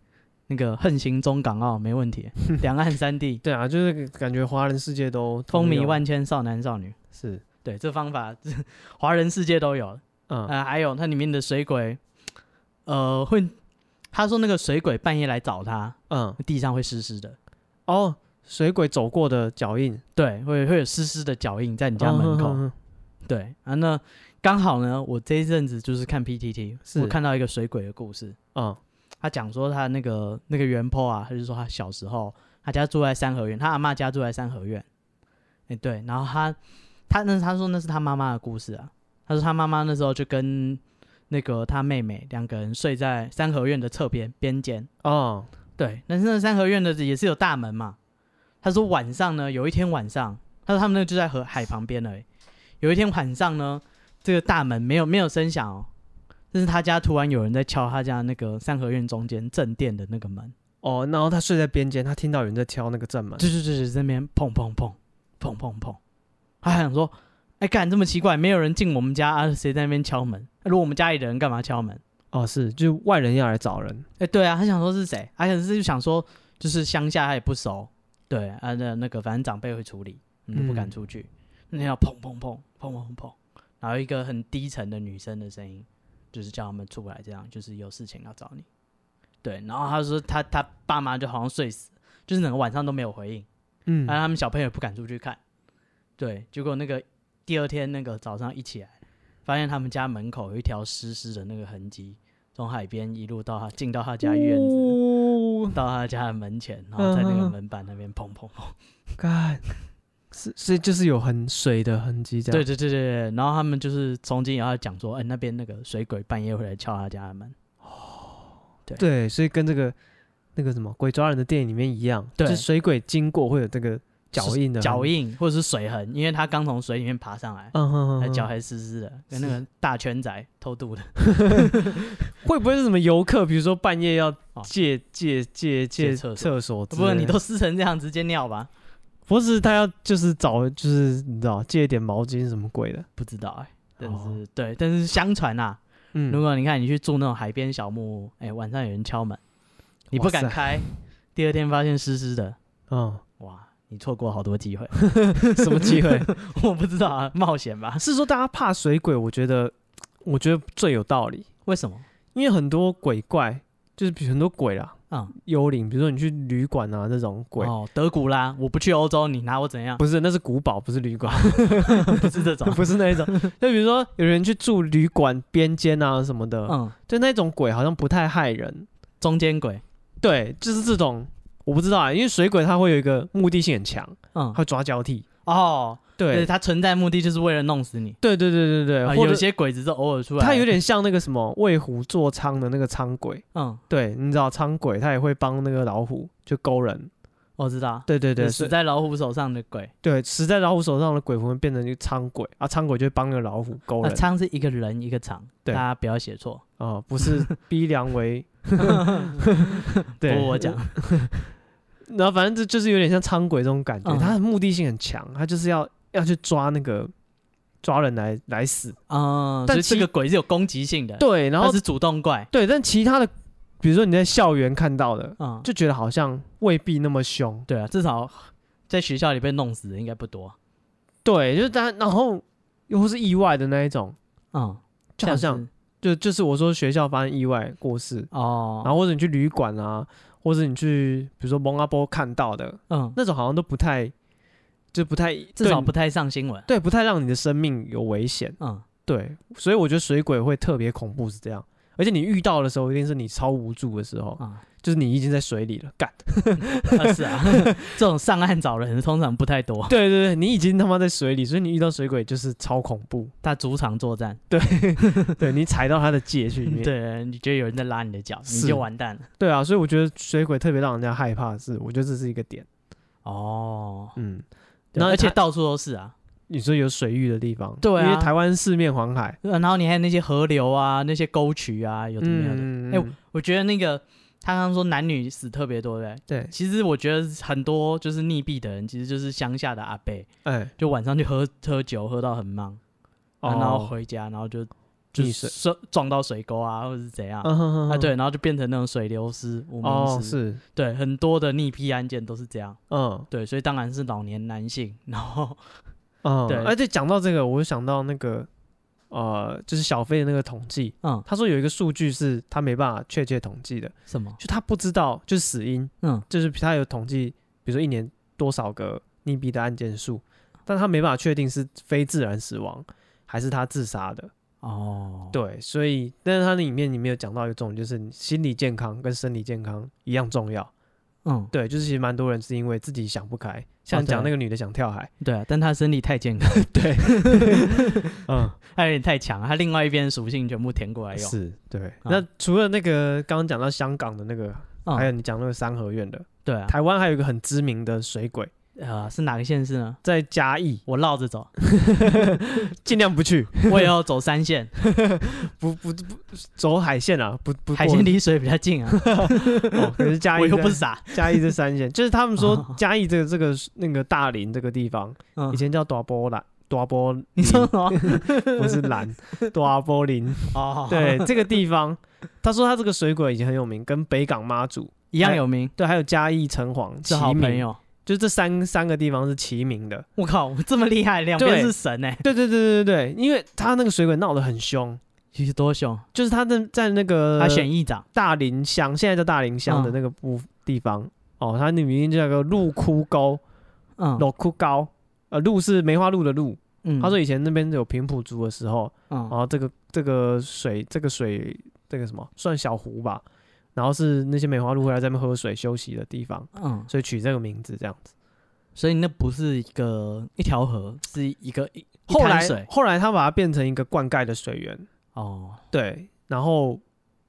Speaker 2: 那个横行中港澳没 问题，两岸三地
Speaker 1: 对啊，就是感觉华人世界都
Speaker 2: 风
Speaker 1: 通
Speaker 2: 靡
Speaker 1: 用
Speaker 2: 万千少男少女。
Speaker 1: 是，
Speaker 2: 对，这方法 华人世界都有。
Speaker 1: 嗯，
Speaker 2: 呃，还有它里面的水鬼，呃，会他说那个水鬼半夜来找他，
Speaker 1: 嗯，
Speaker 2: 地上会湿湿的，
Speaker 1: 哦，水鬼走过的脚印，
Speaker 2: 对，会会有湿湿的脚印在你家门口。
Speaker 1: 嗯，嗯嗯嗯
Speaker 2: 对啊，那刚好呢，我这一阵子就是看 PTT，
Speaker 1: 是
Speaker 2: 我看到一个水鬼的故事，
Speaker 1: 嗯
Speaker 2: 他讲说他那个那个原 po 啊，他就说他小时候他家住在三合院，他阿嬷家住在三合院，哎、对，然后他他那他说那是他妈妈的故事啊，他说他妈妈那时候就跟那个他妹妹两个人睡在三合院的侧边边间，
Speaker 1: 哦，
Speaker 2: 对，但是那三合院的也是有大门嘛。他说晚上呢，有一天晚上，他说他们那个就在河海旁边而已。有一天晚上呢，这个大门没有没有声响哦，但是他家突然有人在敲他家那个三合院中间正殿的那个门，
Speaker 1: 哦，然后他睡在边间，他听到有人在敲那个正门，
Speaker 2: 就就就就在那边砰砰砰砰砰砰，他还想说，哎干这么奇怪，没有人进我们家啊，谁在那边敲门？如果我们家里的人干嘛敲门？
Speaker 1: 哦，是，就外人要来找人，
Speaker 2: 哎、对啊，他想说是谁，而且是就想说，就是乡下他也不熟，对啊，那那个反正长辈会处理，我们就不敢
Speaker 1: 嗯
Speaker 2: 出去。那要砰砰砰砰砰砰，然后一个很低沉的女生的声音，就是叫他们出来，这样就是有事情要找你。对，然后他说他他爸妈就好像睡死，就是整个晚上都没有回应，
Speaker 1: 嗯
Speaker 2: 但，他们小朋友也不敢出去看。对，结果那个第二天那个早上一起来，发现他们家门口有一条湿湿的那个痕迹，从海边一路到他进到他家院子，
Speaker 1: 哦
Speaker 2: 到他家的门前，然后在那
Speaker 1: 嗯
Speaker 2: 个
Speaker 1: 嗯嗯
Speaker 2: 门板那边砰砰砰。
Speaker 1: 干，是是就是有很水的痕迹这样，
Speaker 2: 对对对对对，然后他们就是从今以后讲说，哎、那边那个水鬼半夜会来敲他家的门。
Speaker 1: 对，所以跟这个那个什么鬼抓人的电影里面一样，
Speaker 2: 对
Speaker 1: 就是水鬼经过会有这个脚印的
Speaker 2: 脚
Speaker 1: 痕，
Speaker 2: 印或者是水痕，因为他刚从水里面爬上来，
Speaker 1: 嗯哼
Speaker 2: 他
Speaker 1: 哼
Speaker 2: 脚
Speaker 1: 哼，
Speaker 2: 还湿湿的，跟那个大圈仔偷渡的。
Speaker 1: 会不会是什么游客，比如说半夜要
Speaker 2: 哦
Speaker 1: 借借借
Speaker 2: 借
Speaker 1: 借
Speaker 2: 厕所
Speaker 1: 厕所之
Speaker 2: 不
Speaker 1: 类的，
Speaker 2: 过你都湿成这样，直接尿吧。
Speaker 1: 不是他要就是找就是你知道借一点毛巾什么鬼的，
Speaker 2: 不知道哎、但是、
Speaker 1: 哦
Speaker 2: 对，但是相传啊，
Speaker 1: 嗯，
Speaker 2: 如果你看你去住那种海边小木屋，哎、晚上有人敲门，你不
Speaker 1: 哇
Speaker 2: 敢
Speaker 1: 塞
Speaker 2: 开，第二天发现湿湿的，
Speaker 1: 嗯，
Speaker 2: 哇，你错过好 多机会。
Speaker 1: 什么机 会？
Speaker 2: 我不知道啊，冒险吧？
Speaker 1: 是说大家怕水鬼，我觉得我觉得最有道理，
Speaker 2: 为什么？
Speaker 1: 因为很多鬼怪就是比如很多鬼啦，
Speaker 2: 嗯，
Speaker 1: 幽灵，比如说你去旅馆啊那种鬼，
Speaker 2: 哦，德古拉，我不去欧洲，你拿我怎样？
Speaker 1: 不是那是古堡，不是旅 馆，，
Speaker 2: 不是这种
Speaker 1: 不是那一种。就比如说有人去住旅馆边间啊什么的，
Speaker 2: 嗯，
Speaker 1: 就那种鬼好像不太害人。
Speaker 2: 中间鬼，
Speaker 1: 对，就是这种我不知道啊，因为水鬼它会有一个目的性很强，
Speaker 2: 嗯
Speaker 1: 它，会抓交替。
Speaker 2: 哦，对，
Speaker 1: 对，
Speaker 2: 它存在目的就是为了弄死你。
Speaker 1: 对对对对对，
Speaker 2: 啊、
Speaker 1: 或者
Speaker 2: 有些鬼只是偶尔出来，
Speaker 1: 它有点像那个什么为虎作伥的那个伥鬼。
Speaker 2: 嗯，
Speaker 1: 对，你知道伥鬼他也会帮那个老虎就勾人。
Speaker 2: 我哦知道，
Speaker 1: 对对对，
Speaker 2: 死
Speaker 1: 是
Speaker 2: 在老虎手上的鬼，
Speaker 1: 对死在老虎手上的鬼魂会变成一个伥鬼啊，伥鬼就会帮那个老虎勾
Speaker 2: 那
Speaker 1: 人。
Speaker 2: 仓是一个人一个场，大
Speaker 1: 对
Speaker 2: 家不要写错。
Speaker 1: 哦，不 是逼良为，对，
Speaker 2: 不过 我讲，
Speaker 1: 然后反正这就是有点像苍鬼这种感觉，
Speaker 2: 嗯
Speaker 1: 它的目的性很强，它就是要要去抓那个抓人来来死。
Speaker 2: 嗯，
Speaker 1: 但
Speaker 2: 但这
Speaker 1: 其
Speaker 2: 个鬼是有攻击性的，，
Speaker 1: 对，然后
Speaker 2: 是主动怪，
Speaker 1: 对，但其他的，比如说你在校园看到的，
Speaker 2: 嗯，
Speaker 1: 就觉得好像未必那么凶。
Speaker 2: 对啊，至少在学校里被弄死的应该不多，
Speaker 1: 对，就是大家，然后又或是意外的那一种，
Speaker 2: 嗯，
Speaker 1: 就好像
Speaker 2: 是
Speaker 1: 就就是我说学校发生意外过世，然
Speaker 2: 哦，
Speaker 1: 后或者你去旅馆啊，或者你去比如说蒙阿波看到的
Speaker 2: 嗯，
Speaker 1: 那种，好像都不太就不太
Speaker 2: 至
Speaker 1: 对
Speaker 2: 少不太上新闻，
Speaker 1: 对，不太让你的生命有危险。
Speaker 2: 嗯，
Speaker 1: 对，所以我觉得水鬼会特别恐怖是这样，而且你遇到的时候一定是你超无助的时候，
Speaker 2: 啊，
Speaker 1: 就是你已经在水里了，干，
Speaker 2: 啊是啊， 这种上岸找人通常不太多，
Speaker 1: 对对对，你已经他妈在水里，所以你遇到水鬼就是超恐怖，
Speaker 2: 他主场作战，
Speaker 1: 对你踩到他的界去里面，
Speaker 2: 对，你觉得有人在拉你的脚，你
Speaker 1: 是
Speaker 2: 就完 蛋了，
Speaker 1: 对啊，所以我觉得水鬼特别让人家害怕的是，我觉得这是一个点，
Speaker 2: 哦，
Speaker 1: 嗯，
Speaker 2: 对
Speaker 1: 然后
Speaker 2: 而且
Speaker 1: 它
Speaker 2: 到处都是啊，
Speaker 1: 你说有水域的地方，
Speaker 2: 对啊
Speaker 1: 因为台湾四面环海，
Speaker 2: 呃然后你还有那些河流啊，那些沟渠啊，有的没有的，
Speaker 1: 嗯，
Speaker 2: 哎我觉得那个他刚刚说男女死特别多，对不对？
Speaker 1: 对，
Speaker 2: 其实我觉得很多就是溺毙的人，其实就是乡下的阿伯，
Speaker 1: 哎，
Speaker 2: 就晚上去喝喝酒，喝到很忙，啊然后
Speaker 1: 哦，
Speaker 2: 回家，然后就就
Speaker 1: 溺
Speaker 2: 是
Speaker 1: 水
Speaker 2: 摔撞到水沟啊，或者是怎样、
Speaker 1: 嗯哼哼
Speaker 2: 啊？
Speaker 1: 哼
Speaker 2: 对，然后就变成那种水流失、无名
Speaker 1: 哦，
Speaker 2: 尸、
Speaker 1: 是，
Speaker 2: 对，很多的溺毙案件都是这样。
Speaker 1: 嗯
Speaker 2: 对，所以当然是老年男性， 然后
Speaker 1: 嗯，
Speaker 2: 对
Speaker 1: 而且讲到这个，我就想到那个，呃，就是小飞的那个统计，
Speaker 2: 嗯，
Speaker 1: 他说有一个数据是他没办法确切统计的，
Speaker 2: 什么？
Speaker 1: 就他不知道就是死因，
Speaker 2: 嗯
Speaker 1: 就是他有统计，比如说一年多少个溺毙的案件数，但他没办法确定是非自然死亡还是他自杀的。
Speaker 2: 哦，
Speaker 1: 对，所以但是它里面你没有讲到一个重点，就是你心理健康跟生理健康一样重要。
Speaker 2: 嗯，
Speaker 1: 对，就是其实蛮多人是因为自己想不开，像讲
Speaker 2: 哦对
Speaker 1: 那个女的想跳 海，
Speaker 2: 对啊，但他身体太健康，
Speaker 1: 对，嗯，
Speaker 2: 他有点太强，他另外一边的属性全部填过来用。
Speaker 1: 是，哎对。
Speaker 2: 啊
Speaker 1: 那除了那个刚刚讲到香港的那个，
Speaker 2: 嗯
Speaker 1: 还有你讲那个三合院的，
Speaker 2: 对啊，
Speaker 1: 台湾还有一个很知名的水鬼
Speaker 2: 呃，是哪个县市呢？
Speaker 1: 在嘉义，
Speaker 2: 我绕着走，
Speaker 1: 尽量不去，
Speaker 2: 我也要走三 线，
Speaker 1: 不不不走海线啊，不不
Speaker 2: 海
Speaker 1: 过
Speaker 2: 鲜离水比较近 啊，
Speaker 1: 哦，可是嘉义
Speaker 2: 我又
Speaker 1: 在
Speaker 2: 不傻。
Speaker 1: 嘉义这三线，就是他们说
Speaker 2: 哦
Speaker 1: 嘉义这个这个那个大林这个地方。
Speaker 2: 嗯
Speaker 1: 以，前叫大波兰，大波林，
Speaker 2: 你说什么？
Speaker 1: 不是蓝，大波林。
Speaker 2: 哦，
Speaker 1: 对，这个地方，他说他这个水鬼已经很有名，跟北港妈祖，
Speaker 2: 一样有名，
Speaker 1: 对，还有嘉义城隍齐
Speaker 2: 是好朋
Speaker 1: 名，
Speaker 2: 友。
Speaker 1: 就这三三个地方是齐名的。
Speaker 2: 我靠，这么厉害，两
Speaker 1: 对
Speaker 2: 边是神哎，
Speaker 1: 对对对对对，因为他那个水鬼闹得很凶，
Speaker 2: 其实多凶。
Speaker 1: 就是他在在那个
Speaker 2: 他选议长，
Speaker 1: 大林乡，现在叫大林乡的
Speaker 2: 嗯
Speaker 1: 那个部地方，哦，他那名叫个鹿窟沟，
Speaker 2: 嗯
Speaker 1: 鹿窟高，呃，鹿是梅花鹿的鹿。
Speaker 2: 嗯，
Speaker 1: 他说以前那边有平埔族的时候，然
Speaker 2: 嗯
Speaker 1: 哦后这个这个水这个水这个什么算小湖吧，然后是那些梅花鹿会来这边喝水休息的地方，
Speaker 2: 嗯，
Speaker 1: 所以取这个名字这样子。
Speaker 2: 所以那不是一个一条河，是一个一一
Speaker 1: 后
Speaker 2: 滩
Speaker 1: 来
Speaker 2: 水
Speaker 1: 后来他把它变成一个灌溉的水源，
Speaker 2: 哦，
Speaker 1: 对，然后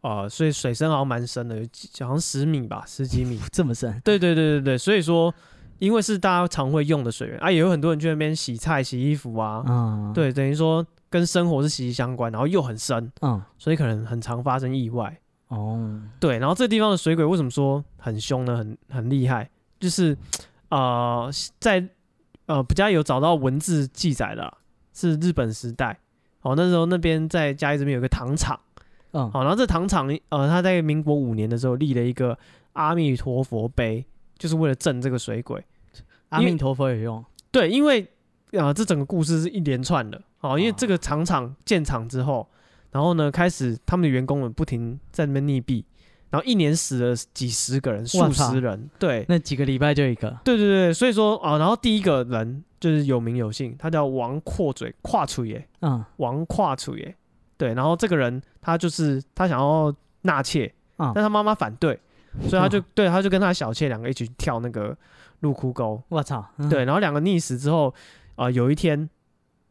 Speaker 1: 呃，所以水深好像蛮深的，有几好像十米吧，十几米。
Speaker 2: 这么深，
Speaker 1: 对对对对对，所以说因为是大家常会用的水源啊，也有很多人去那边洗菜、洗衣服啊，
Speaker 2: 嗯，，
Speaker 1: 对，等于说跟生活是息息相关，然后又很深，
Speaker 2: 嗯，
Speaker 1: 所以可能很常发生意外。
Speaker 2: 哦，
Speaker 1: 对，然后这地方的水鬼为什么说很凶呢？很很厉害，就是呃，在呃比较有找到文字记载的啊、是日本时代。哦，那时候那边在嘉义这边有个糖厂，哦
Speaker 2: 嗯，
Speaker 1: 好、然后这糖厂呃，他在民国五年的时候立了一个阿弥陀佛碑，就是为了镇这个水鬼。
Speaker 2: 阿
Speaker 1: 因为
Speaker 2: 弥陀佛也用，
Speaker 1: 对，因为啊、呃这整个故事是一连串的。哦，因为这个厂厂建厂之后，然后呢，开始他们的员工们不停在那边溺毙，然后一年死了几十个人、数
Speaker 2: 哇操
Speaker 1: 十人。对，
Speaker 2: 那几个礼拜就一个，
Speaker 1: 对对对，所以说啊、然后第一个人就是有名有姓，他叫王阔嘴跨楚耶，
Speaker 2: 嗯
Speaker 1: 王跨楚耶。对，然后这个人他就是他想要纳妾，
Speaker 2: 嗯
Speaker 1: 但他妈妈反对，所以他就、对他就跟他小妾两个一起跳那个入窟沟。
Speaker 2: 我操，嗯，
Speaker 1: 对，然后两个溺死之后，啊，有一天，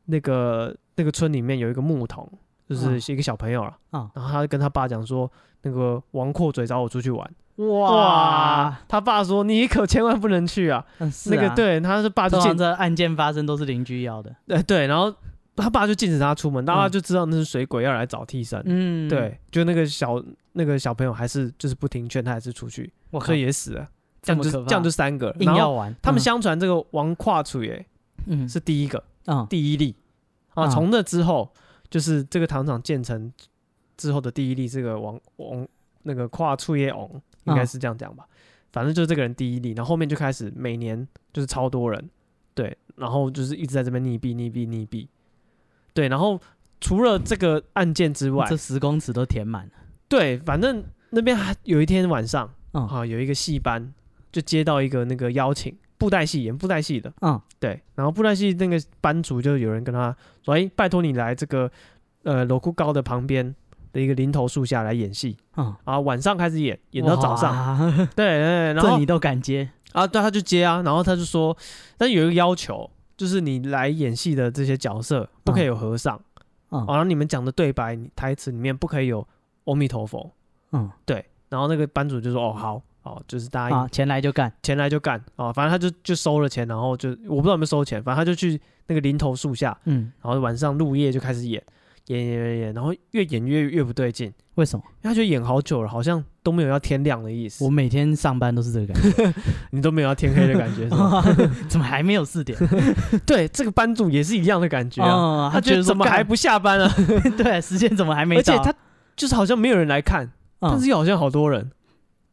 Speaker 1: 那个那个村里面有一个牧童，就是一个小朋友了，
Speaker 2: 嗯
Speaker 1: 然后他就跟他爸讲说，那个王阔嘴找我出去玩，
Speaker 2: 哇，
Speaker 1: 他爸说你可千万不能去啊，
Speaker 2: 嗯是
Speaker 1: 那个
Speaker 2: 啊，
Speaker 1: 对，他是爸就
Speaker 2: 通常
Speaker 1: 禁，
Speaker 2: 这案件发生都是邻居要的，
Speaker 1: 呃对，然后他爸就禁止他出门，大家
Speaker 2: 嗯
Speaker 1: 就知道那是水鬼要来找替身，
Speaker 2: 嗯，，
Speaker 1: 对，就那个小那个小朋友还是就是不听劝，他还是出去，
Speaker 2: 我靠
Speaker 1: 所，以也死了，这
Speaker 2: 这
Speaker 1: 样
Speaker 2: 么
Speaker 1: 就
Speaker 2: 可怕
Speaker 1: 这样就三个了，
Speaker 2: 硬
Speaker 1: 然
Speaker 2: 要
Speaker 1: 后
Speaker 2: 玩，
Speaker 1: 他们
Speaker 2: 嗯
Speaker 1: 相传这个王跨楚也
Speaker 2: 嗯
Speaker 1: 是第一个。
Speaker 2: 嗯
Speaker 1: 第一例啊。
Speaker 2: 嗯
Speaker 1: 从那之后，就是这个糖厂建成之后的第一例，这个王王那个跨处业翁，应该
Speaker 2: 嗯
Speaker 1: 是这样讲吧。反正就是这个人第一例，然后后面就开始每年就是超多人，对，然后就是一直在这边溺毙、溺毙、溺毙，对，然后除了这个案件之外
Speaker 2: 这，十公尺都填满了，
Speaker 1: 对，反正那边还有一天晚上，
Speaker 2: 嗯
Speaker 1: 啊，有一个戏班就接到一个那个邀请，布袋戏演布袋戏的，
Speaker 2: 嗯，
Speaker 1: 对，然后布袋戏那个班主就有人跟他说：“哎、拜托你来这个呃罗库高的旁边的一个林头树下来演戏
Speaker 2: 嗯，
Speaker 1: 啊，晚上开始演，演到早上。
Speaker 2: 哇，
Speaker 1: 对”对对，然
Speaker 2: 这
Speaker 1: 后
Speaker 2: 你都敢接，
Speaker 1: 啊，对，他就接啊，然后他就说，但有一个要求，就是你来演戏的这些角色不可以有和尚，
Speaker 2: 嗯
Speaker 1: 哦，然后你们讲的对白你台词里面不可以有阿弥陀佛，
Speaker 2: 嗯
Speaker 1: 对，然后那个班主就说：“哦，好。”哦，就是大家
Speaker 2: 啊，前来就干，
Speaker 1: 前来就干啊、哦反正他就就收了钱，然后就我不知道有没有收钱，反正他就去那个林头树下，
Speaker 2: 嗯，
Speaker 1: 然后晚上入夜就开始演，演演演演，然后越演越越不对劲，因
Speaker 2: 为什么？
Speaker 1: 为他觉得演好久了，好像都没有要天亮的意思
Speaker 2: 我，每天上班都是这个感觉，
Speaker 1: 你都没有要天黑的 感觉是吧，
Speaker 2: 怎么还没有四 点？
Speaker 1: 对，这个班主也是一样的感觉啊，
Speaker 2: 哦，
Speaker 1: 他觉得
Speaker 2: 说
Speaker 1: 怎么还
Speaker 2: 干
Speaker 1: 不下班啊？
Speaker 2: 对，时间怎么还没
Speaker 1: 而且
Speaker 2: 到？
Speaker 1: 他就是好像没有人来看，但
Speaker 2: 嗯
Speaker 1: 是又好像好多人。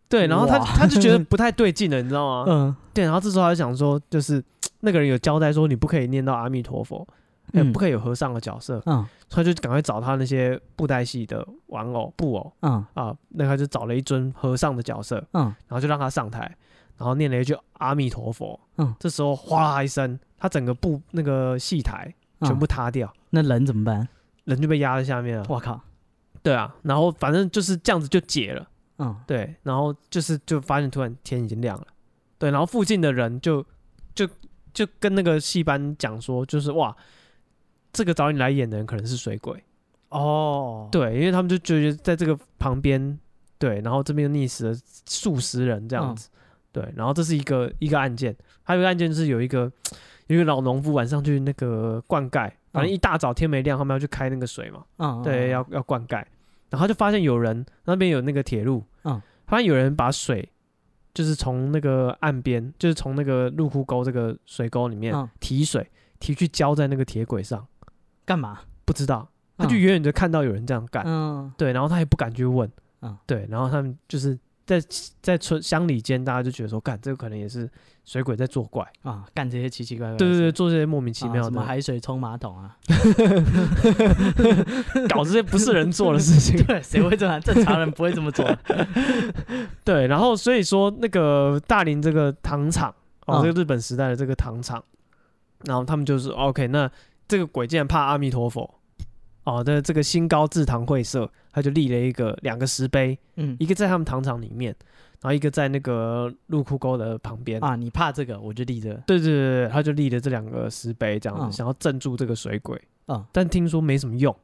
Speaker 1: 对，然后他
Speaker 2: 哇
Speaker 1: 他就觉得不太对劲了，你知道吗？
Speaker 2: 嗯
Speaker 1: 对，然后这时候他就想说，就是那个人有交代说你不可以念到阿弥陀佛，哎
Speaker 2: 嗯
Speaker 1: 不可以有和尚的角色，
Speaker 2: 嗯
Speaker 1: 所以他就赶快找他那些布袋戏的玩偶布偶
Speaker 2: 嗯
Speaker 1: 啊，那他就找了一尊和尚的角色，
Speaker 2: 嗯
Speaker 1: 然后就让他上台，然后念了一句阿弥陀佛，
Speaker 2: 嗯
Speaker 1: 这时候哗啦一声，他整个布那个戏台
Speaker 2: 嗯，
Speaker 1: 全部塌掉，
Speaker 2: 那人怎么办？
Speaker 1: 人就被压在下面了。
Speaker 2: 我靠，
Speaker 1: 对啊，然后反正就是这样子就解了。
Speaker 2: 嗯
Speaker 1: 对，然后就是就发现突然天已经亮了，对，然后附近的人就就就跟那个戏班讲说，就是哇，这个找你来演的人可能是水鬼，
Speaker 2: 哦，
Speaker 1: 对，因为他们就觉得在这个旁边，对，然后这边溺死了数十人这样
Speaker 2: 嗯
Speaker 1: 子，对，然后这是一个一个案件，还有一个案件就是有一个有一个老农夫晚上去那个灌溉，反正
Speaker 2: 嗯
Speaker 1: 一大早天没亮，他们要去开那个水嘛，
Speaker 2: 嗯，嗯
Speaker 1: 对，要要灌溉，然后他就发现有人那边有那个铁路，
Speaker 2: 嗯，
Speaker 1: 发现有人把水就是从那个岸边，就是从那个入库沟这个水沟里面、
Speaker 2: 嗯
Speaker 1: 提水，提去浇在那个铁轨上，
Speaker 2: 干嘛？
Speaker 1: 不知道，他
Speaker 2: 嗯
Speaker 1: 就远远的看到有人这样干，
Speaker 2: 嗯
Speaker 1: 对，然后他也不敢去问，
Speaker 2: 嗯
Speaker 1: 对，然后他们就是在在村乡里间，大家就觉得说，干这个可能也是水鬼在作怪，
Speaker 2: 啊，干这些奇奇怪怪的
Speaker 1: 对对
Speaker 2: 事，
Speaker 1: 对，做这些莫名其
Speaker 2: 啊
Speaker 1: 妙
Speaker 2: 什
Speaker 1: 的，
Speaker 2: 么海水冲马桶 啊？
Speaker 1: 搞这些不是人做的事 情，
Speaker 2: 对，谁会 这样？正常人不会这么做。
Speaker 1: 对，然后所以说那个大林这个糖厂，哦，
Speaker 2: 嗯
Speaker 1: 这个日本时代的这个糖厂，然后他们就是 OK，那这个鬼竟然怕阿弥陀佛，哦，那这个新高制糖会社，他就立了一个两个石碑，
Speaker 2: 嗯
Speaker 1: 一个在他们糖厂里面，然后一个在那个入库沟的旁边。
Speaker 2: 啊，你怕这个，我就立这个。
Speaker 1: 对对对对，他就立了这两个石碑，这样子、
Speaker 2: 嗯
Speaker 1: 想要镇住这个水鬼，
Speaker 2: 嗯
Speaker 1: 但听说没什么用。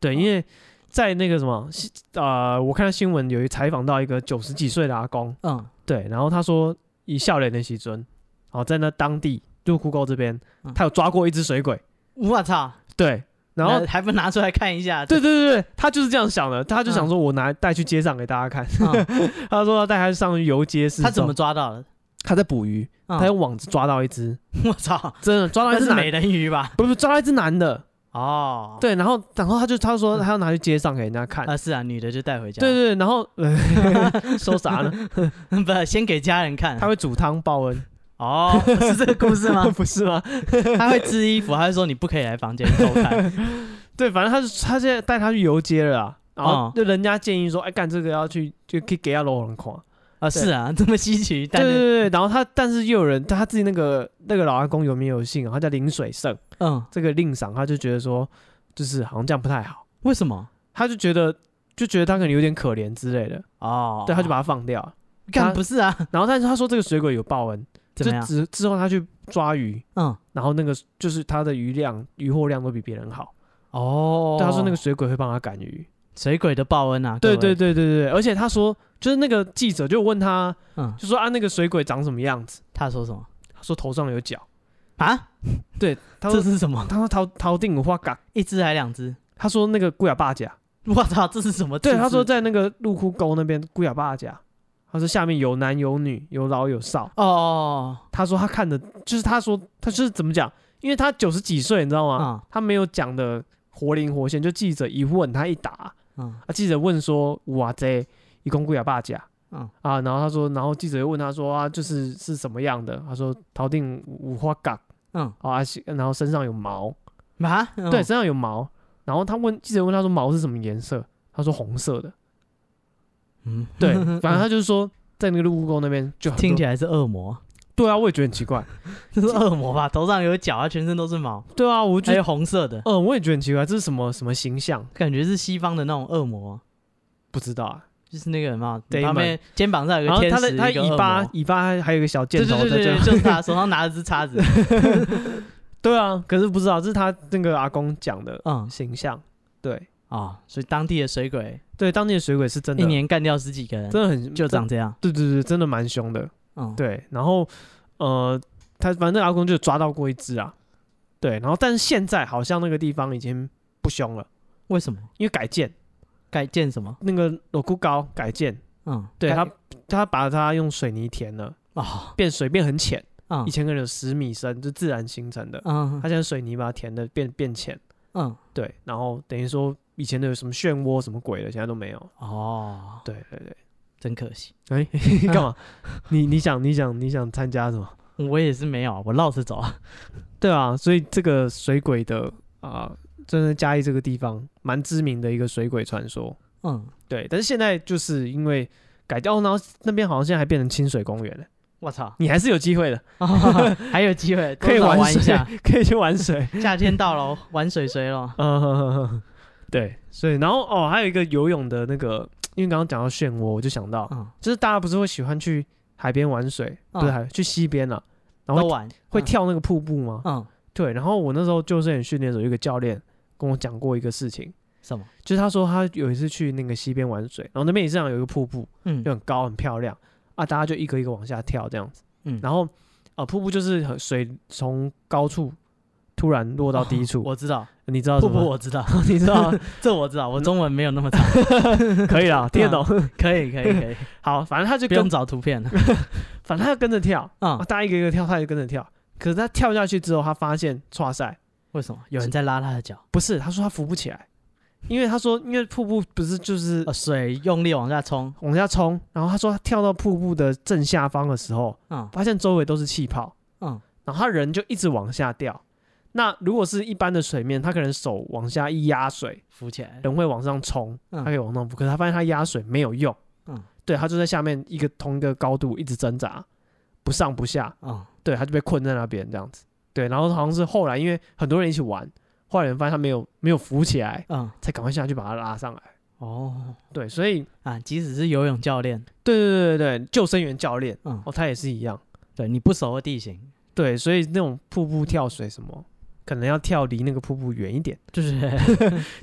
Speaker 1: 对，因为在那个什么，西呃，我看到新闻有一采访到一个九十几岁的阿公，
Speaker 2: 嗯
Speaker 1: 对，然后他说以笑脸的习尊，哦，在那当地入库沟这边，
Speaker 2: 嗯
Speaker 1: 他有抓过一只水鬼，
Speaker 2: 我操！
Speaker 1: 对，然后
Speaker 2: 那还不拿出来看一下？
Speaker 1: 对对对对，他就是这样想的，他就想
Speaker 2: 嗯
Speaker 1: 说我拿带去街上给大家看，
Speaker 2: 嗯
Speaker 1: 他说要带他上去游街市，
Speaker 2: 他怎么抓到的？
Speaker 1: 他在捕鱼，
Speaker 2: 嗯
Speaker 1: 他用网子抓到一只，
Speaker 2: 我操，
Speaker 1: 真的抓到
Speaker 2: 那
Speaker 1: 一只
Speaker 2: 是
Speaker 1: 男，
Speaker 2: 美人 鱼吧？
Speaker 1: 不是不是抓到一只男的，
Speaker 2: 哦，嗯
Speaker 1: 对，然后然后他就他说他要拿去街上给人家看，
Speaker 2: 啊是啊，女的就带回家。
Speaker 1: 对对，对然 后、 呃、说啥呢？
Speaker 2: 对， 不先给家人看
Speaker 1: 他。会煮汤报恩，？
Speaker 2: 哦， 是这个故事吗
Speaker 1: 不是吗？
Speaker 2: 他会织衣服，他会说你不可以来房间偷 看。
Speaker 1: 对，反正他是他现在带他去游街了啊，然后
Speaker 2: 哦
Speaker 1: 就人家建议说，哎、干这个要去就可以给他楼很狂，
Speaker 2: 啊是啊，这么稀
Speaker 1: 对
Speaker 2: 奇，但
Speaker 1: 对
Speaker 2: 是
Speaker 1: 对，对然后他但是又有人他自己那个那个老阿公有名有姓啊，他叫林水胜，
Speaker 2: 嗯，
Speaker 1: 这个令赏他就觉得说，就是好像这样不太好，
Speaker 2: 为什么？
Speaker 1: 他就觉得就觉得他可能有点可怜之类的，
Speaker 2: 哦，
Speaker 1: 对，他就把他放掉 了，他
Speaker 2: 干不是啊？
Speaker 1: 然后但是他说这个水鬼有报恩，
Speaker 2: 怎
Speaker 1: 就
Speaker 2: 么样？
Speaker 1: 之之后他去抓鱼。
Speaker 2: 嗯，
Speaker 1: 然后那个就是他的鱼量、渔获量都比别人好，
Speaker 2: 哦
Speaker 1: 对，他说那个水鬼会帮他赶鱼，
Speaker 2: 水鬼的报恩啊，各
Speaker 1: 对
Speaker 2: 位
Speaker 1: 对，对对对，而且他说，就是那个记者就问他，
Speaker 2: 嗯，
Speaker 1: 就说啊，那个水鬼长什么样子？
Speaker 2: 他说什么
Speaker 1: 他说头上有角。
Speaker 2: 啊？
Speaker 1: 对，他
Speaker 2: 这
Speaker 1: 说
Speaker 2: 是什么？
Speaker 1: 他说头头顶有花嘎，
Speaker 2: 一只还两只？
Speaker 1: 他说那个龟甲霸甲，
Speaker 2: 我操，这是什么？
Speaker 1: 对，
Speaker 2: 这是
Speaker 1: 他说在那个入库沟那边龟甲霸甲，他说下面有男有女，有老有少。
Speaker 2: 哦，
Speaker 1: 他说他看的，就是他说他就是怎么讲，因为他九十几岁，你知道吗？
Speaker 2: 啊，
Speaker 1: 他没有讲的活灵活现，就记者一问他一答，
Speaker 2: 嗯
Speaker 1: 啊，记者问说哇这一共贵啊八甲，
Speaker 2: 嗯
Speaker 1: 啊，然后他说，然后记者又问他说啊，就是是什么样的？他说头顶五花岗
Speaker 2: 嗯，
Speaker 1: 啊，是然后身上有毛，
Speaker 2: 啊，嗯
Speaker 1: 对，身上有毛。然后他问记者问他说毛是什么颜色？他说红色的。
Speaker 2: 嗯，
Speaker 1: 对，反正他就是说在那个陆沟那边就很多
Speaker 2: 听起来是 恶魔，
Speaker 1: 对啊，我也觉得很奇怪。
Speaker 2: 这是恶魔吧？头上有角啊，全身都是毛，
Speaker 1: 对啊，我就觉
Speaker 2: 还
Speaker 1: 得
Speaker 2: 有红色的，
Speaker 1: 嗯、我也觉得很奇怪，这是什么什么形象？
Speaker 2: 感觉是西方的那种恶魔，
Speaker 1: 不知道啊。
Speaker 2: 就是那个什么，
Speaker 1: Demon
Speaker 2: 旁边肩膀上有
Speaker 1: 然
Speaker 2: 个
Speaker 1: 后
Speaker 2: 天
Speaker 1: 他
Speaker 2: 使，
Speaker 1: 的他
Speaker 2: 一个恶
Speaker 1: 尾巴
Speaker 2: 魔
Speaker 1: 尾巴还有一个小
Speaker 2: 对
Speaker 1: 箭头
Speaker 2: 对对
Speaker 1: 在这
Speaker 2: 对，对
Speaker 1: 样。
Speaker 2: 就是他手上拿着只 叉子，
Speaker 1: 对啊，可是不知道这是他那个阿公讲的
Speaker 2: 嗯
Speaker 1: 形象。对
Speaker 2: 啊，所以当地的水鬼
Speaker 1: 对，当地的水鬼是真的
Speaker 2: 一年干掉十几个人，
Speaker 1: 真的很
Speaker 2: 就
Speaker 1: 真
Speaker 2: 长这样，
Speaker 1: 对对对，真的蛮凶的。
Speaker 2: 嗯，，
Speaker 1: 对，然后呃，他反正阿公就抓到过一只啊，对，然后但是现在好像那个地方已经不凶了，
Speaker 2: 为什么
Speaker 1: 因为改建
Speaker 2: 改建什么？
Speaker 1: 那个罗库高改建，
Speaker 2: 嗯，
Speaker 1: 对
Speaker 2: 该
Speaker 1: 他，他把它用水泥填了，
Speaker 2: 哦，
Speaker 1: 变水变很浅，
Speaker 2: 嗯
Speaker 1: 以前可能有十米深，就自然形成的。
Speaker 2: 嗯
Speaker 1: 他现在水泥把它填的变变浅，
Speaker 2: 嗯，
Speaker 1: 对，然后等于说以前的有什么漩涡什么鬼的，现在都没有。
Speaker 2: 哦，
Speaker 1: 对对对，
Speaker 2: 真可惜，
Speaker 1: 哎、干嘛？ 你你想你想你想参加什么？
Speaker 2: 我也是没有，我绕着走啊。
Speaker 1: 对啊，所以这个水鬼的啊、真的嘉义这个地方蛮知名的一个水鬼传说。
Speaker 2: 嗯，
Speaker 1: 对，但是现在就是因为改掉，哦然后那边好像现在还变成清水公园了，
Speaker 2: 我 操，
Speaker 1: 你还是有机会的，
Speaker 2: 还有机会，
Speaker 1: 可以
Speaker 2: 多少玩一
Speaker 1: 水
Speaker 2: 下。，
Speaker 1: 可以去玩水。
Speaker 2: 夏天到了，玩水水了。
Speaker 1: 嗯，对，所以然后哦，还有一个游泳的那个，因为刚刚讲到漩涡，我就想到，
Speaker 2: 嗯，
Speaker 1: 就是大家不是会喜欢去海边玩水，
Speaker 2: 嗯
Speaker 1: 不是海去溪边啊，然
Speaker 2: 都
Speaker 1: 后会
Speaker 2: 玩
Speaker 1: 会。跳那个瀑布吗？
Speaker 2: 嗯，嗯
Speaker 1: 对，然后我那时候救生员训练的时候，有一个教练跟我讲过一个事情，
Speaker 2: 什么？
Speaker 1: 就是他说他有一次去那个溪边玩水，然后那边也是有一个瀑布，
Speaker 2: 嗯
Speaker 1: 就很高很漂亮啊，大家就一个一个往下跳这样子，
Speaker 2: 嗯
Speaker 1: 然后啊、呃瀑布就是很水从高处突然落到低处，
Speaker 2: 我知道，
Speaker 1: 你知道
Speaker 2: 哦瀑
Speaker 1: 什么
Speaker 2: 布
Speaker 1: 吗？
Speaker 2: 我 知道，
Speaker 1: 你知道
Speaker 2: 这我知道，我中文没有那么差。
Speaker 1: 可以啦，听得懂。
Speaker 2: 可以，可以，可以，
Speaker 1: 好，反正他就
Speaker 2: 啊不用
Speaker 1: 跟，
Speaker 2: 找图片了。
Speaker 1: 反正他就跟着跳，啊，
Speaker 2: 嗯，
Speaker 1: 大家一个一个跳，他就跟着跳。可是他跳下去之后，他发现哇塞，
Speaker 2: 为什么有人在拉他的脚？
Speaker 1: 不是，他说他浮不起来，因为他说因为瀑布不是就是
Speaker 2: 呃，水用力往下冲。
Speaker 1: 往下冲，然后他说他跳到瀑布的正下方的时候，
Speaker 2: 嗯
Speaker 1: 发现周围都是气泡，
Speaker 2: 嗯
Speaker 1: 然后他人就一直往下掉。那如果是一般的水面，他可能手往下一压水，
Speaker 2: 浮起来。
Speaker 1: 人会往上冲，他
Speaker 2: 嗯
Speaker 1: 可以往上浮，可是他发现他压水没有用，
Speaker 2: 嗯
Speaker 1: 对他就在下面一个同一个高度一直挣扎，不上不下，
Speaker 2: 嗯
Speaker 1: 对，他就被困在那边这样子。对，然后好像是后来因为很多人一起玩，后来人发现他没有没有浮起来，
Speaker 2: 嗯，
Speaker 1: 才赶快下去把他拉上来。
Speaker 2: 哦
Speaker 1: 对，所以
Speaker 2: 啊，即使是游泳教练，
Speaker 1: 对对对对对，救生员教练
Speaker 2: 嗯，
Speaker 1: 哦，他也是一样。
Speaker 2: 对你不熟的地形，
Speaker 1: 对，所以那种瀑布跳水什么，可能要跳离那个瀑布远一点，
Speaker 2: 就是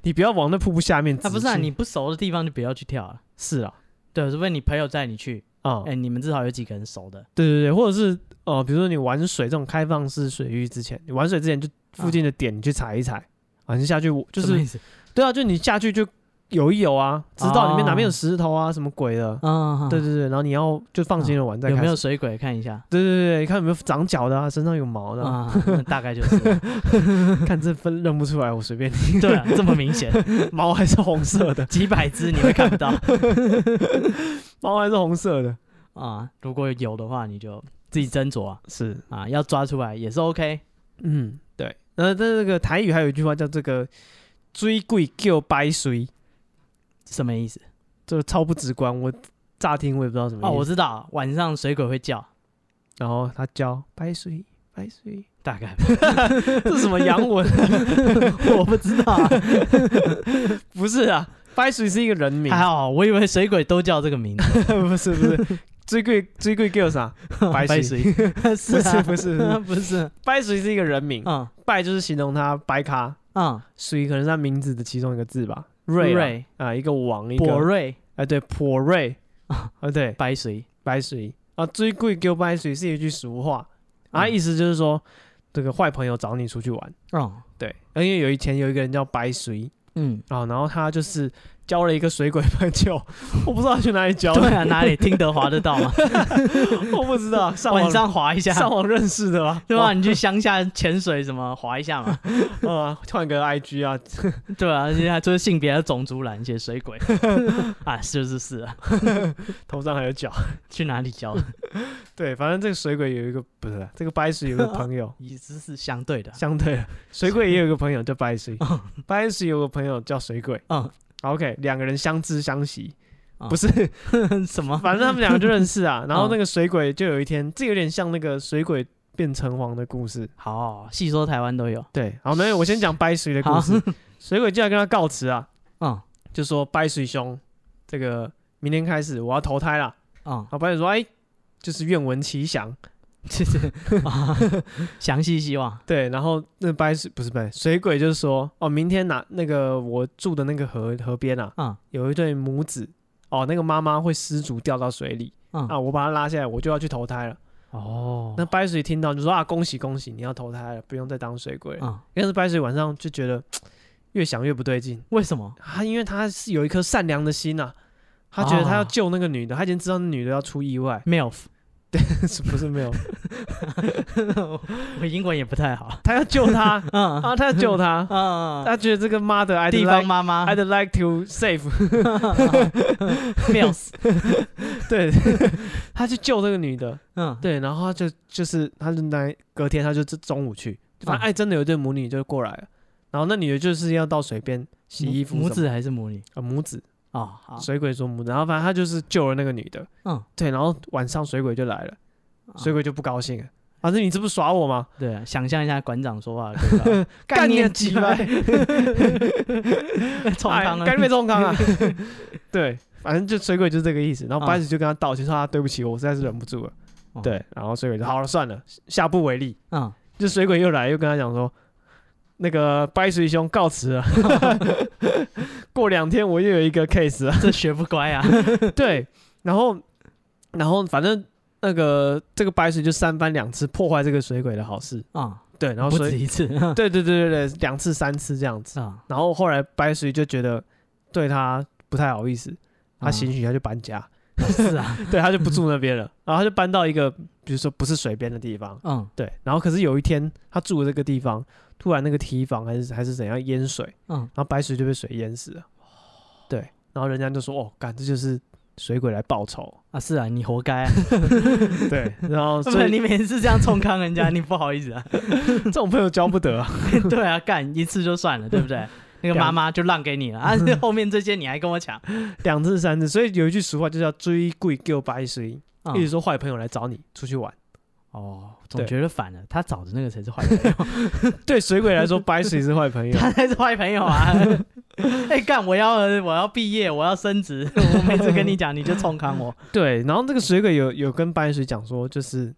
Speaker 1: 你不要往那瀑布下面直
Speaker 2: 啊，
Speaker 1: 去。
Speaker 2: 不是啊，你不熟的地方就不要去跳了。
Speaker 1: 是啊，
Speaker 2: 对，除非你朋友带你去，
Speaker 1: 啊、
Speaker 2: 哎、你们至少有几个人熟的。
Speaker 1: 对对对，或者是哦、呃比如说你玩水这种开放式水域之前，你玩水之前就附近的点你去踩一踩，啊，你下去就
Speaker 2: 啊什么
Speaker 1: 是
Speaker 2: 意思？
Speaker 1: 对啊，就你下去就游一游啊，知道里面哪边有
Speaker 2: 哦
Speaker 1: 石头啊，什么鬼的。
Speaker 2: 啊，
Speaker 1: 对对对，然后你要就放心的嗯玩，再
Speaker 2: 有
Speaker 1: 开
Speaker 2: 没有
Speaker 1: 始？
Speaker 2: 水鬼看一下？
Speaker 1: 对对对，看有没有长脚的啊，身上有毛的啊，
Speaker 2: 啊，那大 概就是了。啊
Speaker 1: 看这分认不出来，我随便你，
Speaker 2: 对啊，这么明显，
Speaker 1: 毛还是红色 的，
Speaker 2: 几百只你会看 不到
Speaker 1: 毛还是红色的，
Speaker 2: 啊。如果有的话，你就自己斟酌啊，
Speaker 1: 是，
Speaker 2: 啊，要抓出来也是 OK。
Speaker 1: 嗯，对。然后在这个台语还有一句话叫这个“追贵救白水
Speaker 2: 什么意思？”，
Speaker 1: 这个超不直观，我乍听我也不知道什么
Speaker 2: 哦，
Speaker 1: 意
Speaker 2: 我
Speaker 1: 思。
Speaker 2: 知道，晚上水鬼会 叫，
Speaker 1: 然后他教白水，白水，
Speaker 2: 大 概
Speaker 1: 这什么洋 文？
Speaker 2: 我不知道、啊，
Speaker 1: 不是啊，白水是一个人名，
Speaker 2: 还好，我以为水鬼都叫这个名字。
Speaker 1: 啊不是不是。追贵追贵叫啥？白
Speaker 2: 白
Speaker 1: 水
Speaker 2: 水是啊，
Speaker 1: 不 是不是
Speaker 2: 不是，
Speaker 1: 白水是一个人名，
Speaker 2: 嗯
Speaker 1: 拜就是形容他白咖，
Speaker 2: 嗯，
Speaker 1: 水可能是他名字的其中一个字吧。瑞啊
Speaker 2: 瑞、
Speaker 1: 啊、一个王，一
Speaker 2: 博
Speaker 1: 个
Speaker 2: 瑞、
Speaker 1: 哎，对，普瑞
Speaker 2: 啊
Speaker 1: 啊，对，
Speaker 2: 白水，
Speaker 1: 白水啊，最贵给白水是一句俗话，啊，
Speaker 2: 嗯
Speaker 1: 意思就是说这个坏朋友找你出去玩，
Speaker 2: 嗯
Speaker 1: 对，啊因为有以前有一个人叫白水
Speaker 2: 嗯，
Speaker 1: 啊，然后他就是交了一个水鬼朋友， 我不知道他去哪里交
Speaker 2: 对
Speaker 1: 的，
Speaker 2: 啊，哪里听得滑得到嘛？
Speaker 1: 我不知道， 上网
Speaker 2: 晚上滑一下，
Speaker 1: 上网认识的哦吧，
Speaker 2: 对吧？？你去乡下潜水什么滑一 下嘛？
Speaker 1: 啊，换个 IG 啊，
Speaker 2: 对啊，现在就是性别的种族栏写水鬼 啊，是是是啊，
Speaker 1: 头上还有角，
Speaker 2: 去哪里教？。
Speaker 1: 对，反正这个水鬼有一个不是这个白水有个朋友
Speaker 2: 椅子是相对的，
Speaker 1: 相对的，水鬼也有一个朋友叫白水，白水有个朋友叫水鬼，
Speaker 2: 嗯，
Speaker 1: OK，两个人相知相惜，
Speaker 2: 啊
Speaker 1: 不是，
Speaker 2: 什么？
Speaker 1: 反正他们两个就认识啊。然后
Speaker 2: 嗯
Speaker 1: 那个水鬼就有一天，这有点像那个水鬼变成王的故事。
Speaker 2: 好，细说台湾都有，
Speaker 1: 对，好，没有，我先讲白水的故事。水鬼就要跟他告辞啊，
Speaker 2: 嗯
Speaker 1: 就说白水兄，这个明天开始我要投胎了。
Speaker 2: 嗯
Speaker 1: 然，后白水说，哎，就是愿闻其详。
Speaker 2: 就是啊，详细希望，
Speaker 1: 对，然后那白水不是不是水鬼就说，哦，明天哪那个我住的那个河河边啊，
Speaker 2: 嗯
Speaker 1: 有一对母子，哦，那个妈妈会失足掉到水里啊，
Speaker 2: 嗯，
Speaker 1: 我把她拉下来，我就要去投胎了。
Speaker 2: 哦
Speaker 1: 那白水听到就说啊，恭喜恭喜，你要投胎了，不用再当水鬼了。
Speaker 2: 嗯，
Speaker 1: 但是白水晚上就觉得越想越不对劲，啊
Speaker 2: 为什么？
Speaker 1: 他、因为他是有一颗善良的心呐、他觉得他要
Speaker 2: 啊
Speaker 1: 救那个女的，他已经知道那女的要出意 外，
Speaker 2: milf，
Speaker 1: 是不是没有？
Speaker 2: 我英文也不太好，
Speaker 1: 他要救 她
Speaker 2: 嗯
Speaker 1: 啊，他要救她，
Speaker 2: 嗯，
Speaker 1: 他觉得这个妈的 I'd
Speaker 2: 地方
Speaker 1: like
Speaker 2: 妈妈
Speaker 1: I'd like to save，
Speaker 2: milf，
Speaker 1: 对， 他去救这个女的，
Speaker 2: 嗯，
Speaker 1: 对，然后他就就是他就那隔天他就这中午去，反正
Speaker 2: 嗯
Speaker 1: 哎真的有一对母女就过来了，然后那女的就是要到水边洗衣服什么，
Speaker 2: 母子还是母女？
Speaker 1: 啊母子
Speaker 2: 哦，好，
Speaker 1: 水鬼说母子，然后反正他就是救了那个女的，
Speaker 2: 嗯，
Speaker 1: 对，然后晚上水鬼就来了，
Speaker 2: 啊
Speaker 1: 水鬼就不高兴了，反正你这不是耍我吗？
Speaker 2: 对啊，想象一下馆长说话的味道，
Speaker 1: 干你
Speaker 2: 你
Speaker 1: 的
Speaker 2: 的
Speaker 1: 鸡
Speaker 2: 鸡
Speaker 1: 巴
Speaker 2: 巴， 冲康
Speaker 1: 干
Speaker 2: 啊
Speaker 1: 你！被冲康 啊！对，反正就水鬼就是这个意思。然后白子就跟他道歉，说啊他对不起，我实在是忍不住了。
Speaker 2: 嗯哦
Speaker 1: 对，然后水鬼就好了，算了，下不为例。
Speaker 2: 嗯，
Speaker 1: 就水鬼又来，又跟他讲说，那个白水兄告辞了， 过两天我又有一个 case 了。
Speaker 2: 这学不乖啊！
Speaker 1: 对，然后，然后反正那个这个白水就三番两次破坏这个水鬼的好事。
Speaker 2: 啊，
Speaker 1: 对，然后
Speaker 2: 不
Speaker 1: 水
Speaker 2: 止一次
Speaker 1: 对对对对对，两次三次这样子。
Speaker 2: 啊，
Speaker 1: 然后后来白水就觉得对他不太好意思，他
Speaker 2: 啊
Speaker 1: 兴许他就搬家，
Speaker 2: 是啊，
Speaker 1: 对他就不住那边了，然后他就搬到一个比如说不是水边的地方，
Speaker 2: 嗯
Speaker 1: 对。然后可是有一天他住的这个地方突然那个堤防还是还是怎样淹水，
Speaker 2: 嗯，
Speaker 1: 然后白水就被水淹死了，对。然后人家就说哦，干这就是水鬼来报 仇，
Speaker 2: 啊是啊，你活该啊！
Speaker 1: 对。然后
Speaker 2: 不
Speaker 1: 所
Speaker 2: 然
Speaker 1: 以
Speaker 2: 你每次这样冲康人家， 你不好意思啊。
Speaker 1: 这种朋友交不得、啊，
Speaker 2: 对啊，干一次就算了，对不对？那个妈妈就让给你 了啊，后面这些你还跟我抢，
Speaker 1: 两次三次。所以有一句俗话就叫追贵救白水，
Speaker 2: 嗯
Speaker 1: 意思说坏朋友来找你出去玩。
Speaker 2: 哦，总
Speaker 1: 对
Speaker 2: 觉得反了，他找的那个才是坏朋 友，
Speaker 1: 对水鬼来说，白水是坏朋友。
Speaker 2: 他才是坏朋友啊！ 哎，干，我要我要毕业，我要升职， 我每次跟你讲，你就冲康我，
Speaker 1: 对，然后这个水鬼有有跟白水讲说，就是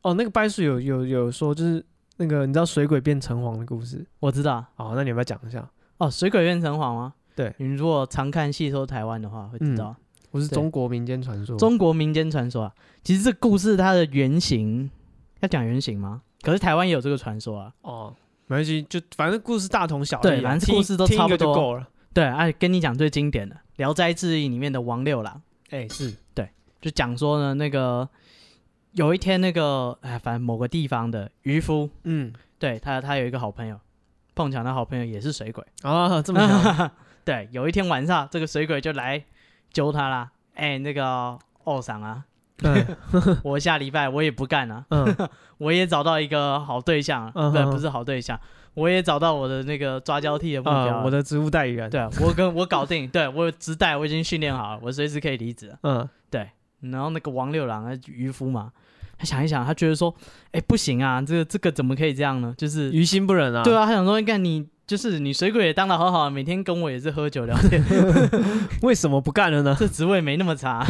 Speaker 1: 哦，那个白水有有有说，就是那个你知道水鬼变城隍的故事
Speaker 2: 我知道
Speaker 1: 哦，那你要不要讲一下？
Speaker 2: 哦，水鬼变城隍吗？
Speaker 1: 对
Speaker 2: 你如果常看《戏说台湾》的话，会知道、
Speaker 1: 我是
Speaker 2: 对
Speaker 1: 中国民间传说，
Speaker 2: 中国民间传说啊。其实这故事它的原型，要讲原型吗？可是台湾也有这个传说啊。
Speaker 1: 哦，没关系，就反正故事大同小异啊，
Speaker 2: 对反正
Speaker 1: 听
Speaker 2: 故事都
Speaker 1: 听一
Speaker 2: 差不
Speaker 1: 个就
Speaker 2: 多
Speaker 1: 够了。
Speaker 2: 对，哎、跟你讲最经典的《聊斋志异》里面的王六郎，
Speaker 1: 哎，是，
Speaker 2: 就讲说呢，那个有一天那个哎，反正某个地方的渔夫，
Speaker 1: 嗯，
Speaker 2: 对他他有一个好朋友，碰巧那好朋友也是水鬼。
Speaker 1: 啊，这么 巧，
Speaker 2: 对，有一天晚上，这个水鬼就来揪他啦。哎，那个哦赏啊，
Speaker 1: 嗯
Speaker 2: 我下礼拜我也不干了、啊
Speaker 1: 嗯，
Speaker 2: 我也找到一个好对象了，
Speaker 1: 嗯
Speaker 2: 对，
Speaker 1: 哼
Speaker 2: 不是好对象，我也找到我的那个抓交替的目标了、
Speaker 1: 啊，我的职务代理人，
Speaker 2: 对我跟我搞定，对我有直带，我已经训练好了，我随时可以离职了。
Speaker 1: 嗯，
Speaker 2: 然后那个王六郎啊，渔夫嘛，他想一想，他觉得说，哎，不行啊，这个这个怎么可以这样呢？就是
Speaker 1: 于心不忍啊，
Speaker 2: 对
Speaker 1: 啊，
Speaker 2: 啊，他想说，干你就是你水鬼也当的好好，每天跟我也是喝酒聊 天，
Speaker 1: 为什么不干了呢？
Speaker 2: 这职位没那 么差，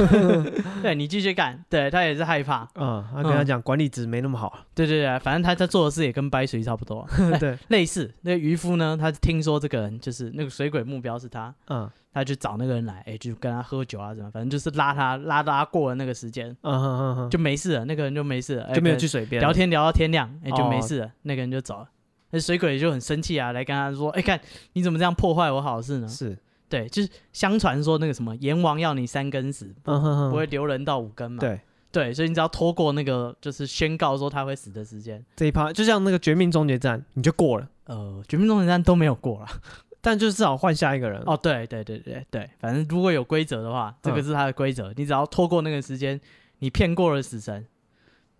Speaker 2: 对你继续干，对他也是害怕，
Speaker 1: 啊，他跟他
Speaker 2: 嗯
Speaker 1: 讲管理职没那么好，
Speaker 2: 对对对，反正他他做的事也跟白水差不多，
Speaker 1: 对，
Speaker 2: 类似，那个渔夫呢，他听说这个人就是那个水鬼目标是他，
Speaker 1: 嗯
Speaker 2: 他就找那个人来，哎、就跟他喝酒啊，什么，反正就是拉他拉到他过了那个时间
Speaker 1: 嗯嗯嗯嗯，
Speaker 2: 就没事了，那个人就没事了，哎
Speaker 1: 就没有
Speaker 2: 可能
Speaker 1: 去水边
Speaker 2: 聊天聊到天亮，哎、就没
Speaker 1: 哦
Speaker 2: 事了，那个人就走了。那水鬼就很生气啊，来跟他说：“哎、看你怎么这样破坏我好事呢
Speaker 1: 了是，？”
Speaker 2: 对，就是相传说那个什么阎王要你三更死，
Speaker 1: 嗯哼哼，
Speaker 2: 不会留人到五更嘛。
Speaker 1: 对。
Speaker 2: 对，所以你只要拖过那个就是宣告说他会死的时间，
Speaker 1: 这一趴，就像那个《绝命终结战》，你就过了，
Speaker 2: 呃，绝命终结站都没有过啦。
Speaker 1: 但就是至少换下一个人。
Speaker 2: 哦，对对对对对，反正如果有规则的话，这个
Speaker 1: 嗯
Speaker 2: 是它的规则。你只要拖过那个时间，你骗过了死神，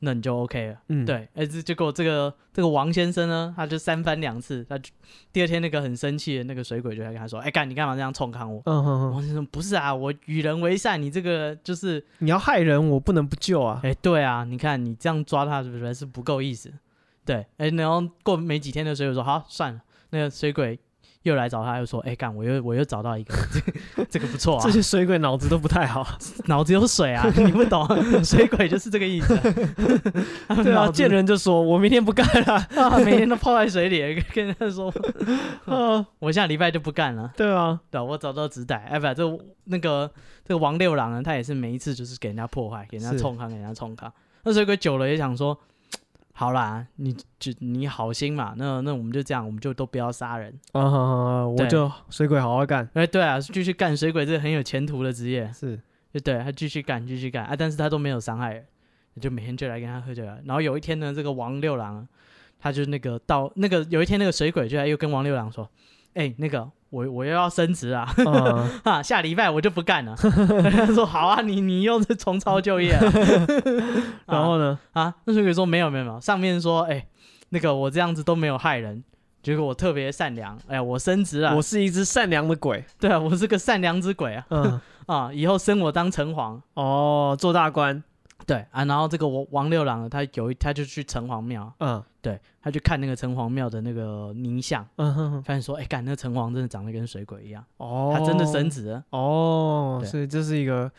Speaker 2: 那你就 OK 了。
Speaker 1: 嗯，
Speaker 2: 对，哎，这结果这个这个王先生呢，他就三番两次，他就第二天那个很生气的那个水鬼就来跟他说：“哎，干你干嘛这样冲康我？”
Speaker 1: 嗯哼哼，
Speaker 2: 王先生不是啊，我与人为善，你这个就是
Speaker 1: 你要害人，我不能不救啊。
Speaker 2: 哎，对啊，你看你这样抓他是不是是不够意思？对，哎，然后过没几天的水鬼说好算了，那个水鬼又来找他，又说哎干，我又我又找到一个，这个这个不错 啊，
Speaker 1: 这些水鬼脑子都不太好，
Speaker 2: 脑子有水啊， 你不 懂，水鬼就是这个意思、啊。
Speaker 1: 对啊，
Speaker 2: 脑子
Speaker 1: 见人就说，我明天不干了，
Speaker 2: 啊，每天都泡在水里，跟他说，
Speaker 1: 嗯，
Speaker 2: 我下礼拜就不干了，
Speaker 1: 对啊，
Speaker 2: 哦对啊我找到纸袋，哎，不，这那个这个王六郎呢，他也是每一次就是给人家破坏，给人家
Speaker 1: 是
Speaker 2: 冲康，给人家冲康。那水鬼久了也想说，好啦，你就你好心嘛，那那我们就这样，我们就都不要杀人。
Speaker 1: 啊，我
Speaker 2: 对
Speaker 1: 就水鬼好好干，
Speaker 2: 哎，对啊，继续干水鬼这个很有前途的职业，
Speaker 1: 是
Speaker 2: 就对他继续干，继续干啊，但是他都没有伤害人，就每天就来跟他喝酒啊。然后有一天呢，这个王六郎啊，他就那个到那个有一天那个水鬼就来又跟王六郎说，哎、那个我我又要升职啊，
Speaker 1: 啊，
Speaker 2: 啊，下礼拜我就不干了。 他说好啊，你你又是重操旧业了。
Speaker 1: 然后呢，
Speaker 2: 啊，那水鬼说没有没有没有，上面说哎、那个我这样子都没有害人，结果我特别善良，哎、我升职了
Speaker 1: 我，是一只善良的鬼，
Speaker 2: 对啊，我是个善良之鬼啊
Speaker 1: 嗯，
Speaker 2: 啊，以后升我当城隍。
Speaker 1: 哦，做大官，
Speaker 2: 对啊，然后这个王王六郎呢，他有一他就去城隍庙，
Speaker 1: 嗯
Speaker 2: 对他去看那个城隍庙的那个泥像，
Speaker 1: 嗯哼哼，
Speaker 2: 发现说哎，干那个城隍真的长得跟水鬼一样，
Speaker 1: 哦，
Speaker 2: 他真的升职了。
Speaker 1: 哦，
Speaker 2: 对
Speaker 1: 所以这是一个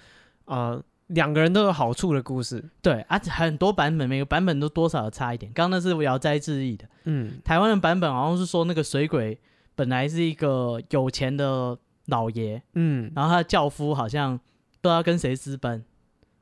Speaker 1: 啊，两个人都有好处的故事，
Speaker 2: 对啊，很多版本每个版本都多少有差一点，刚刚那是《聊斋志异》的。
Speaker 1: 嗯
Speaker 2: 台湾的版本好像是说那个水鬼本来是一个有钱的老爷，
Speaker 1: 嗯，
Speaker 2: 然后他的轿夫好像不知道跟谁私奔，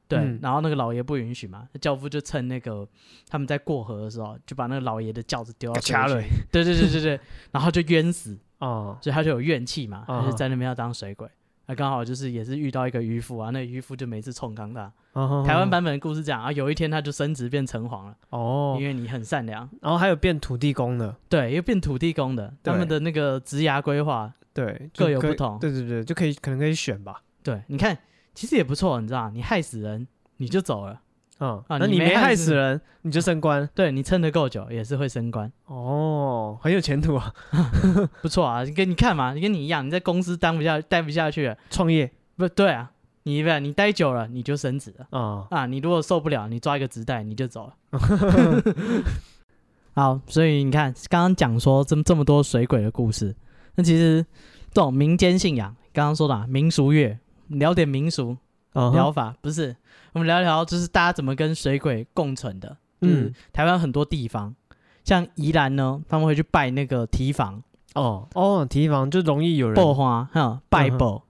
Speaker 2: 对，
Speaker 1: 嗯
Speaker 2: 然后那个老爷不允许嘛，轿夫就趁那个他们在过河的时候，就把那个老爷的轿子丢到水
Speaker 1: 掐
Speaker 2: 里
Speaker 1: 了
Speaker 2: 去，对对对对对， 然后就冤死，
Speaker 1: 哦，
Speaker 2: 所以他就有怨气嘛，
Speaker 1: 啊
Speaker 2: 他就在那边要当水鬼。那刚好就是也是遇到一个渔夫啊，那渔夫就每次冲康他。台
Speaker 1: 台
Speaker 2: 湾版本的故事讲啊，有一天他就升职变城隍了，
Speaker 1: 哦
Speaker 2: 因，为你很善良，
Speaker 1: 然后还有变土地公的，
Speaker 2: 对，因为变土地公的，他们
Speaker 1: 对
Speaker 2: 的那个职涯规划
Speaker 1: 对，
Speaker 2: 各
Speaker 1: 就
Speaker 2: 有
Speaker 1: 可
Speaker 2: 不
Speaker 1: 以
Speaker 2: 同
Speaker 1: 对对对，就可以可能可以选吧，
Speaker 2: 对，你看，其实也不错，你知道，你害死人你就走了，
Speaker 1: 嗯，
Speaker 2: 啊
Speaker 1: 那
Speaker 2: 你
Speaker 1: 你
Speaker 2: 没
Speaker 1: 没
Speaker 2: 害
Speaker 1: 害
Speaker 2: 死
Speaker 1: 死人，你就升官，
Speaker 2: 对你撑得够久也是会升官，
Speaker 1: 哦，很有前途啊，
Speaker 2: 不错啊。跟你看嘛，你跟你一样，你在公司当不下待不下去了，
Speaker 1: 创业
Speaker 2: 不对啊，你不你待久了你就升职了
Speaker 1: 啊，
Speaker 2: 啊，你如果受不了，你抓一个职带你就走了。 好，所以你看，刚刚讲说这么这么多水鬼的故事，那其实这种民间信仰，刚刚说的、啊、民俗乐，聊点民俗，
Speaker 1: 嗯
Speaker 2: 疗
Speaker 1: 哼
Speaker 2: 法，不是我们聊一聊，就是大家怎么跟水鬼共存的。嗯
Speaker 1: 嗯，
Speaker 2: 台湾很多地方，像宜兰呢，他们会去拜那个提防、
Speaker 1: 哦哦，提防就容易有人
Speaker 2: 爆花，哈，拜
Speaker 1: 嗯哼
Speaker 2: 爆，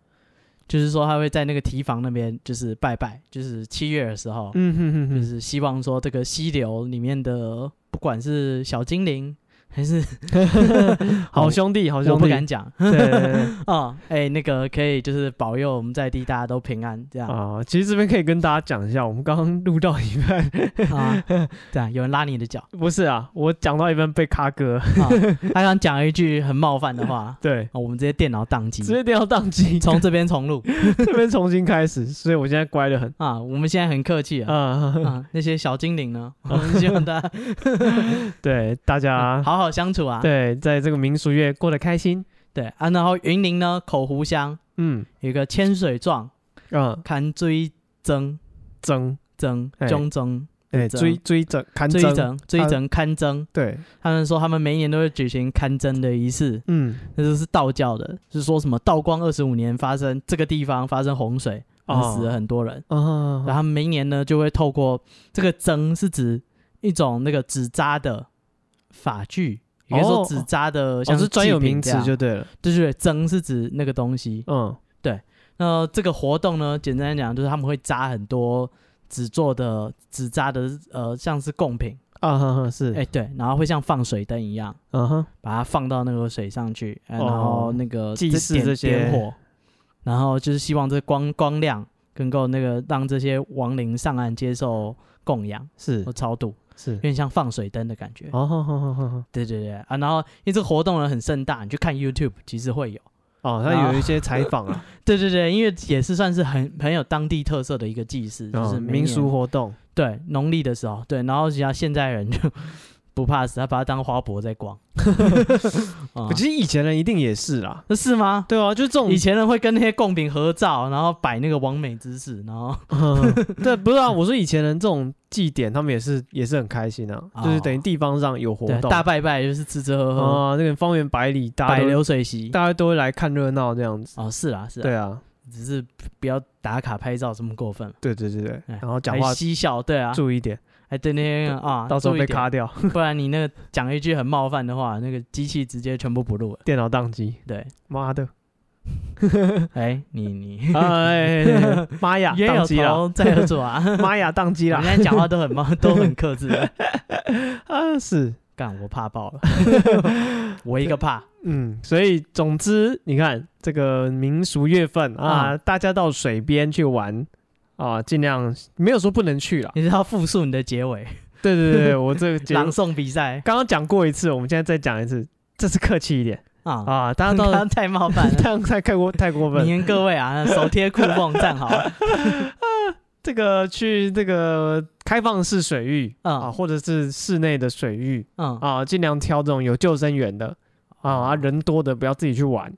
Speaker 2: 就是说他会在那个提防那边，就是拜拜，就是七月的时候，
Speaker 1: 嗯哼哼
Speaker 2: 就
Speaker 1: 哼，
Speaker 2: 是希望说这个溪流里面的，不管是小精灵还 是
Speaker 1: 好兄弟，好
Speaker 2: 我
Speaker 1: 兄
Speaker 2: 不
Speaker 1: 弟，
Speaker 2: 敢讲
Speaker 1: 对对对对
Speaker 2: 啊，哎、那个可以就是保佑我们在地大家都平安这样啊
Speaker 1: 啊，其实这边可以跟大家讲一下，我们刚刚录到一 半，
Speaker 2: 啊这样有人拉你的脚。
Speaker 1: 不是啊，我讲到一半被卡哥，
Speaker 2: 啊，他刚讲了一句很冒犯的话，啊
Speaker 1: 对，
Speaker 2: 我们直接电脑宕机
Speaker 1: 直，接掉宕机，
Speaker 2: 嗯 从这边重录
Speaker 1: 这边重新开始，所以我现在乖 的很
Speaker 2: 啊。我们现在很客气啊，
Speaker 1: 啊，
Speaker 2: 啊，那些小精灵呢，我们希望大家
Speaker 1: 对大家
Speaker 2: 呃 啊好好相处啊。
Speaker 1: 对，在这个民俗月过得开心，
Speaker 2: 对啊，然后云林呢，口湖乡
Speaker 1: 嗯
Speaker 2: 有一个千水壮，
Speaker 1: 嗯，
Speaker 2: 看追增
Speaker 1: 增
Speaker 2: 增
Speaker 1: 哎
Speaker 2: 中增
Speaker 1: 对
Speaker 2: 增
Speaker 1: 追追整看
Speaker 2: 追
Speaker 1: 增，啊
Speaker 2: 增追增看增，
Speaker 1: 对，
Speaker 2: 他们说他们每一年都会举行看增的仪式，
Speaker 1: 嗯
Speaker 2: 那就是道教的，是说什么道光二十五年发生这个地方发生洪水，
Speaker 1: 哦
Speaker 2: 然后死了很多人。然后
Speaker 1: 啊，
Speaker 2: 他们每一年呢就会透过这个针是指一种那个纸扎的法具，也就是
Speaker 1: 哦
Speaker 2: 说纸扎的
Speaker 1: 像
Speaker 2: 像
Speaker 1: 是专有名词
Speaker 2: 器
Speaker 1: 就
Speaker 2: 皿
Speaker 1: 对了，
Speaker 2: 这样对对对，针是指那个东西。
Speaker 1: 嗯
Speaker 2: 那这个活动呢，简单来讲就是他们会扎很多纸做的纸扎的呃像是贡品，
Speaker 1: 啊哈哈是，
Speaker 2: 哎对，然后会像放水灯一样
Speaker 1: 嗯哼
Speaker 2: 把它放到那个水上去，呃
Speaker 1: 哦
Speaker 2: 然后那个
Speaker 1: 祭
Speaker 2: 这
Speaker 1: 祀
Speaker 2: 点
Speaker 1: 这些
Speaker 2: 点火，然后就是希望这光光亮能够那个让这些亡灵上岸接受供养。
Speaker 1: 是
Speaker 2: 或超度，
Speaker 1: 是
Speaker 2: 有，点像放水灯的感觉。
Speaker 1: 哦好好好好好。
Speaker 2: 对对对啊，然后因为这个活动呢很盛大，你去看 YouTube 其实会有。啊
Speaker 1: 哦，他有一些采访啊，
Speaker 2: 对对对，因为也是算是很很有当地特色的一个祭祀， 就
Speaker 1: 嗯
Speaker 2: 是每
Speaker 1: 民
Speaker 2: 年
Speaker 1: 俗活动，
Speaker 2: 对农历的时候，对，然后其他现在人就 不怕死，他把它当花博在 逛。 啊
Speaker 1: 我觉得以前人一定也是啦。
Speaker 2: 那是吗？
Speaker 1: 对啊，就这种
Speaker 2: 以，前人会跟那些贡品合照，然后摆那个完美姿势，然后
Speaker 1: 嗯对，不是啊，我说以前人这种祭典，他们也是也是很开心啊，
Speaker 2: 哦
Speaker 1: 就是等于地方上有活
Speaker 2: 对
Speaker 1: 动，
Speaker 2: 大拜拜就是吃吃喝喝，
Speaker 1: 啊，那个方圆百里，大
Speaker 2: 摆
Speaker 1: 家都
Speaker 2: 流水席。
Speaker 1: 大家都会来看热闹这样子。
Speaker 2: 哦，是啊，是啊，
Speaker 1: 对啊，
Speaker 2: 只是不要打卡拍照这么过分。
Speaker 1: 对对对对，
Speaker 2: 哎
Speaker 1: 然后讲话
Speaker 2: 还嬉笑，对啊，
Speaker 1: 注意一点，
Speaker 2: 还对那些人啊，
Speaker 1: 到时候
Speaker 2: 注意
Speaker 1: 被
Speaker 2: 点
Speaker 1: 卡掉，
Speaker 2: 不然你那个讲一句很冒犯的话，那个机器直接全部不录了。
Speaker 1: 电脑宕机，
Speaker 2: 对，
Speaker 1: 妈的，
Speaker 2: 哎，你 你
Speaker 1: 哎，玛雅
Speaker 2: 冤
Speaker 1: 宕
Speaker 2: 有
Speaker 1: 机了，
Speaker 2: 头债有主 啊，
Speaker 1: 玛雅宕机
Speaker 2: 你
Speaker 1: 了
Speaker 2: 现， 在讲话都很慢，都很克制。
Speaker 1: 啊是，
Speaker 2: 干，我怕 爆了，我一个怕。
Speaker 1: 嗯，所以总之，你看这个民俗月份啊，
Speaker 2: 嗯
Speaker 1: 大家到水边去玩啊，尽量没有说不能去啦。
Speaker 2: 你是要复述你的结尾，
Speaker 1: 对对对 对，我这个节
Speaker 2: 朗
Speaker 1: 目
Speaker 2: 诵比赛
Speaker 1: 刚刚讲过一次，我们现在再讲一次，这次客气一点
Speaker 2: 啊！
Speaker 1: 啊，大家
Speaker 2: 刚
Speaker 1: 到
Speaker 2: 刚太 冒犯了，
Speaker 1: 这 样太太过太过分了
Speaker 2: 你。跟各位啊，手贴裤缝站好。
Speaker 1: 这个去这个开放式水域、
Speaker 2: 嗯
Speaker 1: 啊，或者是室内的水域
Speaker 2: 嗯，
Speaker 1: 啊，尽量挑这种有救生员的啊
Speaker 2: 哦
Speaker 1: 啊，人多的不要自己去玩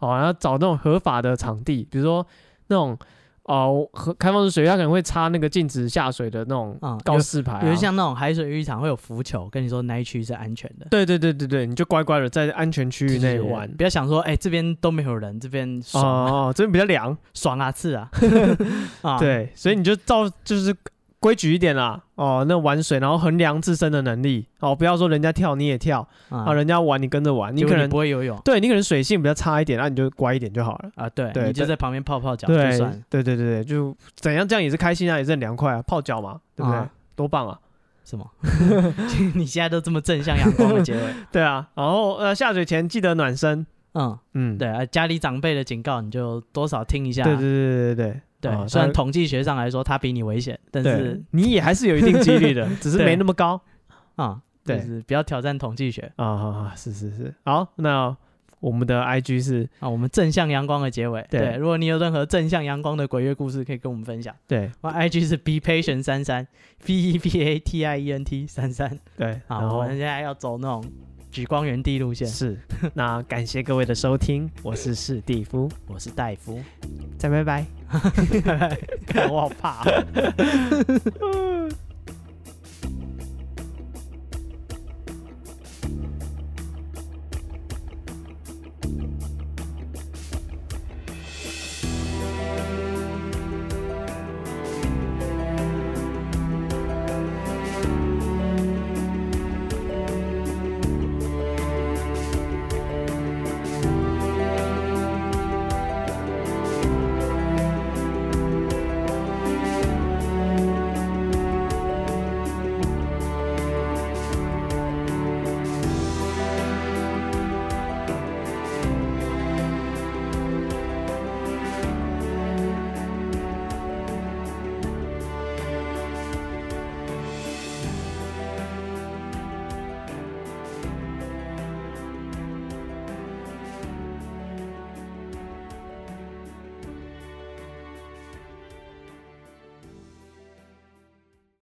Speaker 1: 哦、然后找那种合法的场地，比如说那种哦、和开放式水域，它可能会插那个禁止下水的那种
Speaker 2: 嗯
Speaker 1: 告示牌、啊
Speaker 2: 比如像那种海水浴场会有浮球，跟你说那一区是安全的。
Speaker 1: 对对对对对，你就乖乖的在安全区域内
Speaker 2: 对
Speaker 1: 玩。
Speaker 2: 不要想说，哎，这边都没有人，这边
Speaker 1: 哦
Speaker 2: 爽啊
Speaker 1: 哦，这边比较凉，
Speaker 2: 爽啊，刺啊，啊，
Speaker 1: 对，所以你就照就是规矩一点啦，哦，那玩水然后衡量自身的能力，哦，不要说人家跳你也跳，啊，
Speaker 2: 啊，
Speaker 1: 人家玩你跟着玩，你
Speaker 2: 结果
Speaker 1: 可能
Speaker 2: 不会游泳
Speaker 1: 对你可能水性比较差一点，那、你就乖一点就好了。
Speaker 2: 啊，对，
Speaker 1: 对
Speaker 2: 你就
Speaker 1: 对
Speaker 2: 在旁边泡泡脚就
Speaker 1: 对
Speaker 2: 算了，
Speaker 1: 对对对对，就怎样这样也是开心啊，也是很凉快啊，泡脚嘛，对不对？
Speaker 2: 啊
Speaker 1: 多棒啊！
Speaker 2: 什么？ 你现在都这么正向阳光的结 尾，
Speaker 1: 对啊，然后呃下水前记得暖身，
Speaker 2: 嗯，
Speaker 1: 嗯，
Speaker 2: 对啊，家里长辈的警告你就多少听一下，啊
Speaker 1: 对对对对对
Speaker 2: 对
Speaker 1: 啊
Speaker 2: 虽然
Speaker 1: 他
Speaker 2: 统计学上来说他比你危险，但
Speaker 1: 对
Speaker 2: 是，
Speaker 1: 你也还是有一定几 率的，只是
Speaker 2: 对
Speaker 1: 没那么高
Speaker 2: 啊，
Speaker 1: 对
Speaker 2: 就是不要挑战统计学
Speaker 1: 啊啊啊！是是是，好，那我们的 IG 是
Speaker 2: 啊。我们正向阳光的结尾，
Speaker 1: 对
Speaker 2: 对，如果你有任何正向阳光的鬼月故事，可以跟我们分享。
Speaker 1: 对
Speaker 2: 我 IG 是 be patient 三三 b e p a t i e n t 三三。
Speaker 1: 对，
Speaker 2: 好，哦
Speaker 1: 然
Speaker 2: 我
Speaker 1: 后
Speaker 2: 们现在要走那种举光原地路线。
Speaker 1: 是，那感谢各位的收听，我是史蒂夫，
Speaker 2: 我是戴夫，
Speaker 1: 再拜拜。 啊
Speaker 2: 我好怕哦、